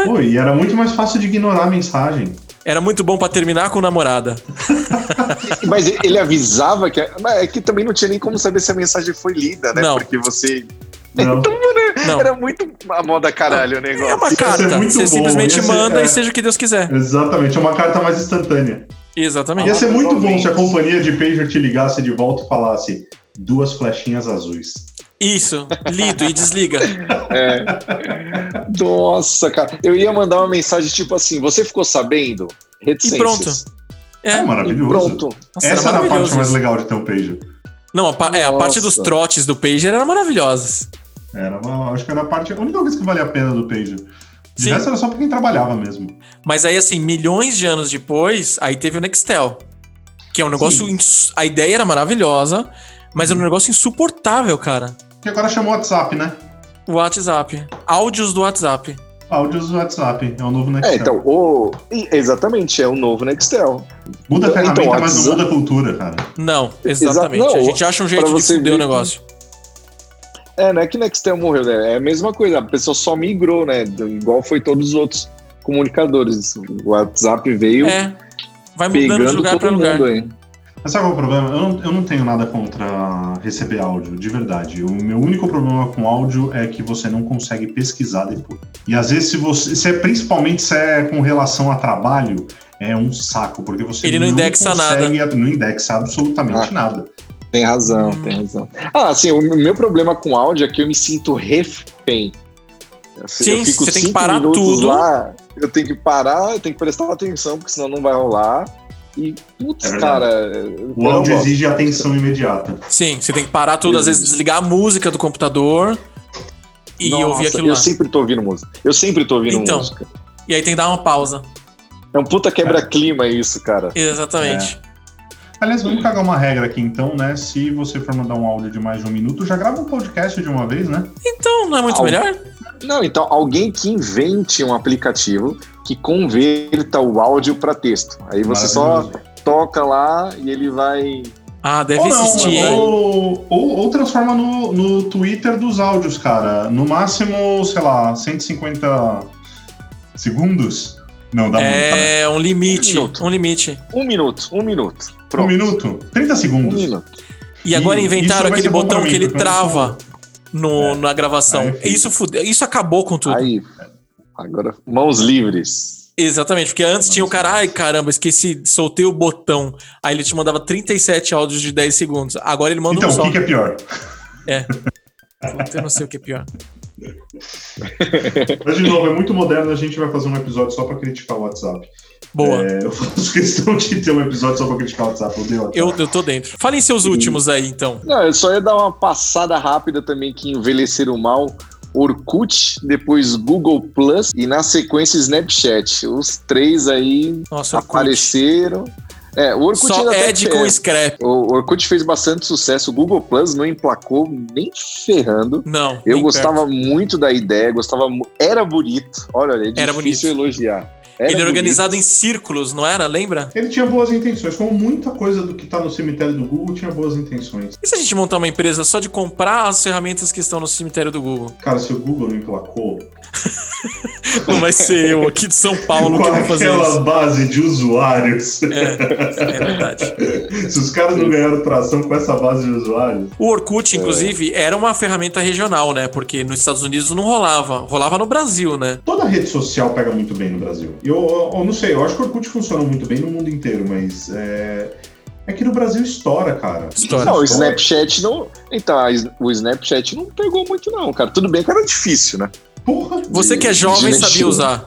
Speaker 2: Pô, e era muito mais fácil de ignorar a mensagem.
Speaker 1: Era muito bom pra terminar com namorada.
Speaker 3: Mas ele avisava que. Mas é que também não tinha nem como saber se a mensagem foi lida, né?
Speaker 1: Não.
Speaker 3: Porque você.
Speaker 2: Não.
Speaker 1: Não.
Speaker 3: Era muito a moda caralho o negócio.
Speaker 1: É uma
Speaker 2: Isso ia ser
Speaker 1: carta.
Speaker 2: muito
Speaker 1: Você
Speaker 2: bom,
Speaker 1: simplesmente
Speaker 2: ia ser-
Speaker 1: manda
Speaker 2: é.
Speaker 1: e seja o que Deus quiser.
Speaker 2: Exatamente, é uma carta mais instantânea.
Speaker 1: Exatamente.
Speaker 2: Ia ser muito bom se a
Speaker 3: Exatamente.
Speaker 2: companhia de Pager te ligasse de volta e falasse duas flechinhas azuis.
Speaker 1: Isso. Lido e desliga.
Speaker 3: É. Nossa, cara. Eu ia mandar uma mensagem tipo assim: você ficou sabendo? Reticências.
Speaker 1: pronto. É.
Speaker 2: É, maravilhoso.
Speaker 3: Pronto.
Speaker 1: Nossa,
Speaker 2: Essa era a
Speaker 1: maravilhoso
Speaker 2: parte mais
Speaker 1: isso.
Speaker 2: legal de ter um Pager.
Speaker 1: Não, a, pa- é, a parte dos
Speaker 3: Nossa.
Speaker 1: trotes do Pager era maravilhosa.
Speaker 2: Era, uma- acho que era a parte. A única coisa que valia a pena do Pager. De
Speaker 1: Sim.
Speaker 2: resto era só pra quem trabalhava mesmo.
Speaker 1: Mas aí, assim, milhões de anos depois, aí teve o Nextel. Que é um negócio. ins- A ideia era maravilhosa, mas
Speaker 3: Uhum.
Speaker 1: era um negócio insuportável, cara.
Speaker 2: Que agora chamou WhatsApp, né?
Speaker 1: O WhatsApp. Áudios do WhatsApp.
Speaker 2: Áudios do WhatsApp. É o novo Nextel.
Speaker 3: É, então, o... e- exatamente, é o novo Nextel.
Speaker 2: Muda a
Speaker 3: então,
Speaker 2: ferramenta, mas não
Speaker 3: WhatsApp-
Speaker 2: muda a cultura, cara.
Speaker 1: Não,
Speaker 3: Exa-
Speaker 1: exatamente.
Speaker 3: não,
Speaker 1: a gente acha um jeito
Speaker 3: pra
Speaker 1: de
Speaker 3: você
Speaker 1: fuder o
Speaker 3: ver-
Speaker 1: negócio.
Speaker 3: É, não é que Nextel morreu, né? É a mesma coisa, a pessoa só migrou, né? Do- Igual foi todos os outros comunicadores. assim. O WhatsApp veio
Speaker 1: É. Vai mudando
Speaker 3: pegando
Speaker 1: de lugar
Speaker 3: todo
Speaker 1: pra
Speaker 3: mundo
Speaker 1: lugar.
Speaker 3: aí.
Speaker 2: Mas sabe qual é o problema? Eu não, eu não tenho nada contra receber áudio, de verdade. O meu único problema com áudio é que você não consegue pesquisar depois. E às vezes, se você. Se é, principalmente se é com relação a trabalho, é um saco, porque você
Speaker 1: Ele não indexa
Speaker 2: consegue, Não indexa absolutamente
Speaker 3: Ah.
Speaker 2: nada.
Speaker 3: Tem razão,
Speaker 1: Hum.
Speaker 3: tem razão. Ah, assim, o meu problema com áudio é que eu me sinto refém. Assim,
Speaker 1: Sim, você tem que
Speaker 3: cinco
Speaker 1: parar
Speaker 3: minutos
Speaker 1: tudo.
Speaker 3: Lá, eu tenho que parar, eu tenho que prestar atenção, porque senão não vai rolar. E,
Speaker 2: É
Speaker 3: putz,
Speaker 2: verdade.
Speaker 3: cara.
Speaker 2: O
Speaker 3: eu
Speaker 2: áudio
Speaker 3: gosto.
Speaker 2: exige atenção imediata.
Speaker 1: Sim, você tem que parar tudo, às vezes
Speaker 3: Uhum.
Speaker 1: desligar a música do computador e
Speaker 3: Nossa,
Speaker 1: ouvir aquilo
Speaker 3: Eu
Speaker 1: lá.
Speaker 3: sempre tô ouvindo música. Eu sempre tô ouvindo
Speaker 1: Então.
Speaker 3: música.
Speaker 1: E aí tem que dar uma pausa.
Speaker 3: É um puta quebra-clima isso, cara.
Speaker 1: Exatamente.
Speaker 3: É.
Speaker 2: Aliás, vamos cagar uma regra aqui então, né? Se você for mandar um áudio de mais de um minuto, já grava um podcast de uma vez, né?
Speaker 1: Então, não é muito
Speaker 3: Ao-
Speaker 1: melhor?
Speaker 3: Não, então, alguém que invente um aplicativo que converta o áudio pra texto. Aí você só
Speaker 2: Maravilhoso.
Speaker 3: toca lá e ele vai.
Speaker 1: Ah, deve
Speaker 2: Ou
Speaker 1: existir,
Speaker 2: não,
Speaker 1: hein?
Speaker 2: ou, ou, ou transforma no, no Twitter dos áudios, cara. No máximo, sei lá, 150 segundos? Não, dá muito. né?
Speaker 1: É um limite,
Speaker 3: Minuto.
Speaker 1: um limite.
Speaker 3: Um minuto, um minuto.
Speaker 2: Um
Speaker 3: Pronto.
Speaker 2: minuto? 30
Speaker 3: Um
Speaker 2: segundos.
Speaker 3: minuto.
Speaker 1: E agora
Speaker 2: Ih,
Speaker 1: inventaram
Speaker 2: isso vai
Speaker 1: aquele
Speaker 2: ser bom pra
Speaker 1: botão
Speaker 2: mim,
Speaker 1: que ele
Speaker 2: porque eu não É.
Speaker 1: trava no, na gravação.
Speaker 2: Aí fica.
Speaker 1: isso, fude... isso acabou com tudo.
Speaker 3: Aí. Agora, mãos livres.
Speaker 1: Exatamente, porque antes tinha o cara, ai caramba, esqueci, soltei o botão. Aí ele te mandava 37 áudios de 10 segundos. Agora ele manda
Speaker 2: Então,
Speaker 1: um
Speaker 2: o
Speaker 1: só.
Speaker 2: que, que é pior?
Speaker 1: Puta, Eu não sei o que é pior.
Speaker 2: Mas, de novo, é muito moderno, a gente vai fazer um episódio só pra criticar o WhatsApp.
Speaker 1: Boa.
Speaker 2: É, eu faço questão de ter um episódio só pra criticar o WhatsApp. Eu, dei o WhatsApp.
Speaker 1: Eu, eu tô dentro. Falem seus últimos aí, então.
Speaker 3: Não, eu só ia dar uma passada rápida também que envelheceram mal. Orkut, depois Google Plus e na sequência Snapchat. Os três aí
Speaker 1: Nossa, Orkut.
Speaker 3: apareceram. É, o Orkut
Speaker 1: Só
Speaker 3: ainda até
Speaker 1: Ed
Speaker 3: que- é.
Speaker 1: com scrap.
Speaker 3: O Orkut fez bastante sucesso, o Google Plus não emplacou nem ferrando.
Speaker 1: Não.
Speaker 3: Eu
Speaker 1: nem
Speaker 3: gostava muito da ideia, gostava mu- era bonito. Olha, é difícil
Speaker 1: Era bonito.
Speaker 3: elogiar.
Speaker 1: perto. Ele era
Speaker 3: bonito.
Speaker 1: organizado em círculos, não era? Lembra?
Speaker 2: Ele tinha boas intenções, como muita coisa do que tá no cemitério do Google tinha boas intenções.
Speaker 1: E se a gente montar uma empresa só de comprar as ferramentas que estão no cemitério do Google?
Speaker 2: Cara, se o Google não emplacou,
Speaker 1: Não vai ser eu aqui de São Paulo que
Speaker 2: com
Speaker 1: vou fazer
Speaker 2: aquela
Speaker 1: isso.
Speaker 2: base de usuários,
Speaker 1: É verdade.
Speaker 2: se os caras não ganharam tração com essa base de usuários,
Speaker 1: O
Speaker 3: É.
Speaker 1: Orkut, inclusive, era uma ferramenta regional, né? Porque nos Estados Unidos não rolava. Rolava no Brasil, né?
Speaker 2: toda rede social pega muito bem no Brasil. Eu, eu, eu não sei, eu acho que o Orkut funciona muito bem no mundo inteiro, mas é, é que no Brasil estoura, cara.
Speaker 1: Estoura.
Speaker 3: Não, o Snapchat não. Então, a Sna- o Snapchat não pegou muito, não, cara. Tudo bem que era difícil, né?
Speaker 2: Porra,
Speaker 1: Você que é jovem
Speaker 3: Gente.
Speaker 1: sabia usar.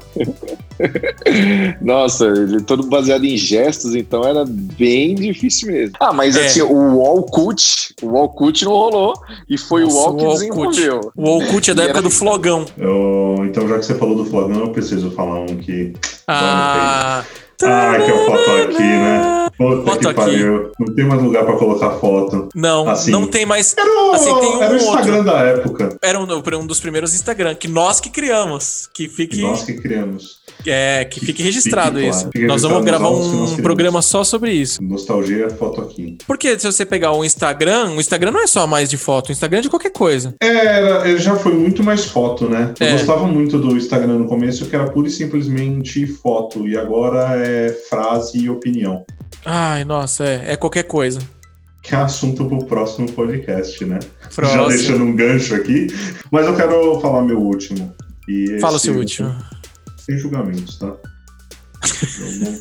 Speaker 3: Nossa, ele é todo baseado em gestos, então era bem difícil mesmo. Ah, mas
Speaker 1: É.
Speaker 3: assim, o Orkut, o Orkut não rolou e foi
Speaker 1: Nossa,
Speaker 3: o Wall que
Speaker 1: o Orkut.
Speaker 3: desenvolveu.
Speaker 1: O Orkut é da
Speaker 3: E
Speaker 1: época
Speaker 3: era-
Speaker 1: do flogão.
Speaker 2: eu- então já que você falou do Flogão, eu preciso falar um que...
Speaker 1: Ah.
Speaker 2: Ah, que eu foto aqui, né? Puta
Speaker 1: Foto
Speaker 2: que
Speaker 1: aqui.
Speaker 2: pariu, não tem mais lugar pra colocar foto.
Speaker 1: Não,
Speaker 2: Assim.
Speaker 1: não tem mais.
Speaker 2: Era o,
Speaker 1: Assim, tem um
Speaker 2: era o Instagram
Speaker 1: outro.
Speaker 2: da época.
Speaker 1: Era um, um dos primeiros Instagram que nós que criamos. Que
Speaker 2: Que...
Speaker 1: fique,
Speaker 2: nós que criamos.
Speaker 1: é, que fique
Speaker 2: fique
Speaker 1: registrado
Speaker 2: claro.
Speaker 1: isso.
Speaker 2: Fique
Speaker 1: nós
Speaker 2: registrado
Speaker 1: vamos
Speaker 2: nos
Speaker 1: gravar
Speaker 2: áudios que nós
Speaker 1: um
Speaker 2: criamos.
Speaker 1: programa só sobre isso.
Speaker 2: Nostalgia, foto aqui.
Speaker 1: Porque se você pegar o Instagram, o Instagram não é só mais de foto, o Instagram é de qualquer coisa.
Speaker 2: Era, ele já foi muito mais foto, né? Eu
Speaker 1: É.
Speaker 2: gostava muito do Instagram no começo, que era pura e simplesmente foto, e agora é frase e opinião.
Speaker 1: Ai, nossa, é, é qualquer coisa.
Speaker 2: que é assunto para o próximo podcast, né? Já
Speaker 1: Próximo.
Speaker 2: deixando um gancho aqui. Mas eu quero falar meu último. E
Speaker 1: Fala o
Speaker 2: esse
Speaker 1: seu último.
Speaker 2: Sem julgamentos, tá? Eu não-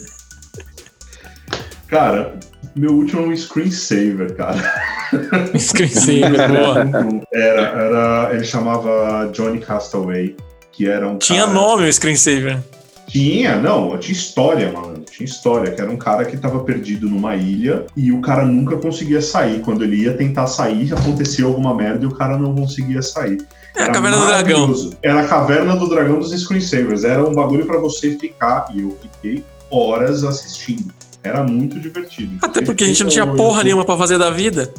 Speaker 2: cara, meu último é um screensaver, cara.
Speaker 1: Screensaver, boa.
Speaker 2: Era, era, ele chamava Johnny Castaway, que era um
Speaker 1: Tinha
Speaker 2: cara...
Speaker 1: nome o screensaver.
Speaker 2: Tinha, não, tinha história, mano. Tinha história, que era um cara que tava perdido numa ilha e o cara nunca conseguia sair. Quando ele ia tentar sair, acontecia alguma merda e o cara não conseguia sair.
Speaker 1: É a Caverna do Dragão.
Speaker 2: maravilhoso. Era a caverna do dragão dos screensavers. Era um bagulho pra você ficar, e eu fiquei horas assistindo. Era muito divertido.
Speaker 1: Até porque a gente não
Speaker 2: Eu-
Speaker 1: tinha
Speaker 2: eu-
Speaker 1: porra nenhuma pra fazer da vida.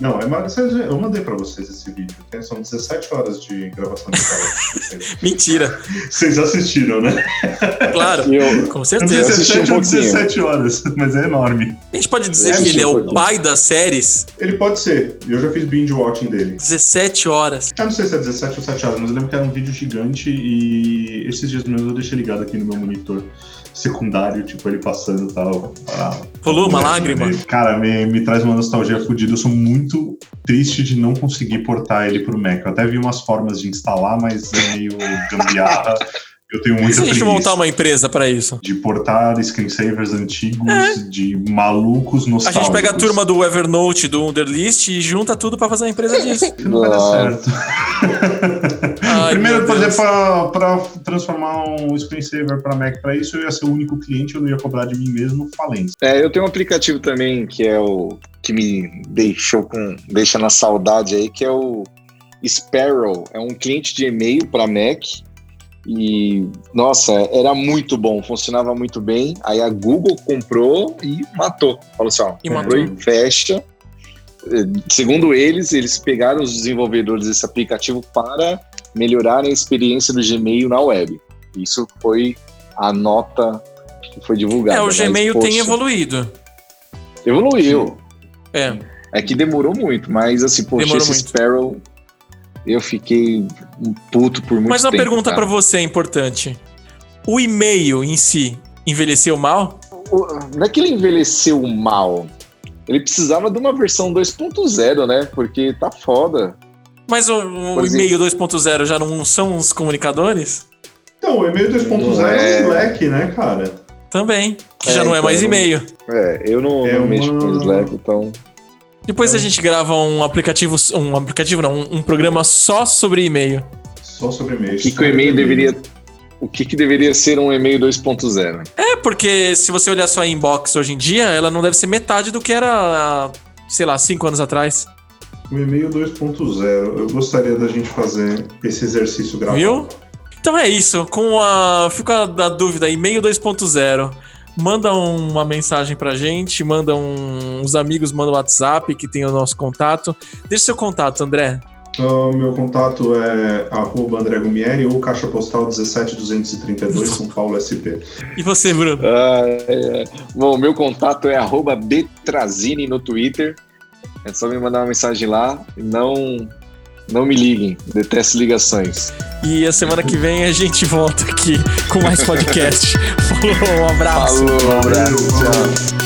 Speaker 2: Não, é mar- eu mandei pra vocês esse vídeo. Tem- São 17 horas de gravação de tela.
Speaker 1: Mentira.
Speaker 2: Vocês assistiram, né?
Speaker 1: Claro,
Speaker 3: Eu,
Speaker 1: com
Speaker 2: Eu não
Speaker 1: certeza.
Speaker 2: sei se é
Speaker 3: assisti um
Speaker 2: 7 ou
Speaker 3: pouquinho.
Speaker 2: 17 horas, mas é enorme.
Speaker 1: A gente pode dizer
Speaker 3: É,
Speaker 1: que ele é o
Speaker 3: tipo-
Speaker 1: pai das séries?
Speaker 2: Ele pode ser. Eu já fiz binge watching dele.
Speaker 1: 17 horas.
Speaker 2: Eu não sei se é 17 ou 7 horas, mas eu lembro que era um vídeo gigante e esses dias mesmo eu deixei ligado aqui no meu monitor secundário, tipo ele passando e tal. Ah,
Speaker 1: Rolou uma lágrima?
Speaker 4: né, Cara, me, me traz uma nostalgia fodida. Eu sou muito triste de não conseguir portar ele pro Mac. Eu até vi umas formas de instalar, mas é meio gambiarra. Eu tenho
Speaker 1: E
Speaker 4: muita
Speaker 1: se é a gente
Speaker 4: preguiça
Speaker 1: montar uma empresa pra isso?
Speaker 4: de portar screensavers antigos, de malucos
Speaker 1: É. A
Speaker 4: nostálgicos.
Speaker 1: gente pega a turma do Evernote, do Underlist e junta tudo pra fazer uma empresa disso.
Speaker 4: Que não vai dar
Speaker 3: Nossa.
Speaker 4: certo.
Speaker 1: Ai,
Speaker 4: Primeiro,
Speaker 1: Ah, meu
Speaker 4: por
Speaker 1: Deus.
Speaker 4: exemplo, pra- pra transformar um screensaver pra Mac pra isso, eu ia ser o único cliente, eu não ia cobrar de mim mesmo falência.
Speaker 3: É, eu tenho um aplicativo também que é o que me deixou com deixa na saudade aí, que é o Sparrow. É um cliente de e-mail para Mac. E nossa, era muito bom, funcionava muito bem. Aí a Google comprou e matou. Falou assim, ó,
Speaker 1: E
Speaker 3: comprou
Speaker 1: matou.
Speaker 3: e fecha. Eh, Segundo eles, eles pegaram os desenvolvedores desse aplicativo para melhorarem a experiência do Gmail na web. Isso foi a nota que foi divulgada. né?
Speaker 1: É, o
Speaker 3: mas,
Speaker 1: Gmail tem
Speaker 3: poxa,
Speaker 1: evoluído.
Speaker 3: Evoluiu.
Speaker 1: É.
Speaker 3: É que demorou muito, mas assim, poxa,
Speaker 1: Demorou
Speaker 3: esse
Speaker 1: muito.
Speaker 3: Sparrow, eu fiquei um puto por muito tempo.
Speaker 1: Mas uma pergunta
Speaker 3: cara.
Speaker 1: pra você é importante. O e-mail em si envelheceu mal?
Speaker 3: O- Não é que ele envelheceu mal. Ele precisava de uma versão 2.0, né? Porque tá foda.
Speaker 1: Mas o, o
Speaker 3: Por exemplo.
Speaker 1: e-mail 2.0 já não são os comunicadores?
Speaker 2: Então, o e-mail 2.0 é
Speaker 3: É.
Speaker 2: um Slack, né, cara?
Speaker 1: Também. Que
Speaker 3: É,
Speaker 1: já não é
Speaker 3: então,
Speaker 1: mais
Speaker 3: não-
Speaker 1: e-mail.
Speaker 3: É, eu não,
Speaker 2: É
Speaker 3: não
Speaker 2: uma-
Speaker 3: mexo com o Slack, então.
Speaker 1: Depois a gente grava um aplicativo, um aplicativo não, um, um programa só sobre e-mail.
Speaker 2: Só sobre e-mail. é
Speaker 3: O que, que o e-mail deveria. O que, que deveria ser um e-mail 2.0?
Speaker 1: É porque se você olhar sua inbox hoje em dia, ela não deve ser metade do que era, sei lá, cinco anos atrás.
Speaker 2: O e-mail 2.0. Eu gostaria da gente fazer esse exercício gravado.
Speaker 1: Viu? Então é isso. Com a. Fica da dúvida, e-mail 2.0. Manda uma mensagem pra gente, manda um, uns amigos, manda o WhatsApp que tem o nosso contato. Deixa seu contato, André.
Speaker 2: Então, meu contato é arroba André Gumieri ou caixa postal 17232 São Paulo SP.
Speaker 1: E você, Bruno?
Speaker 3: Ah, é. Bom, meu contato é arroba Betrazini no Twitter. É só me mandar uma mensagem lá. Não, não me liguem. Detesto ligações.
Speaker 1: E a semana que vem a gente volta aqui com mais podcast. Falou, um abraço.
Speaker 3: Falou, um abraço.
Speaker 2: Valeu,
Speaker 3: Tchau.
Speaker 2: valeu.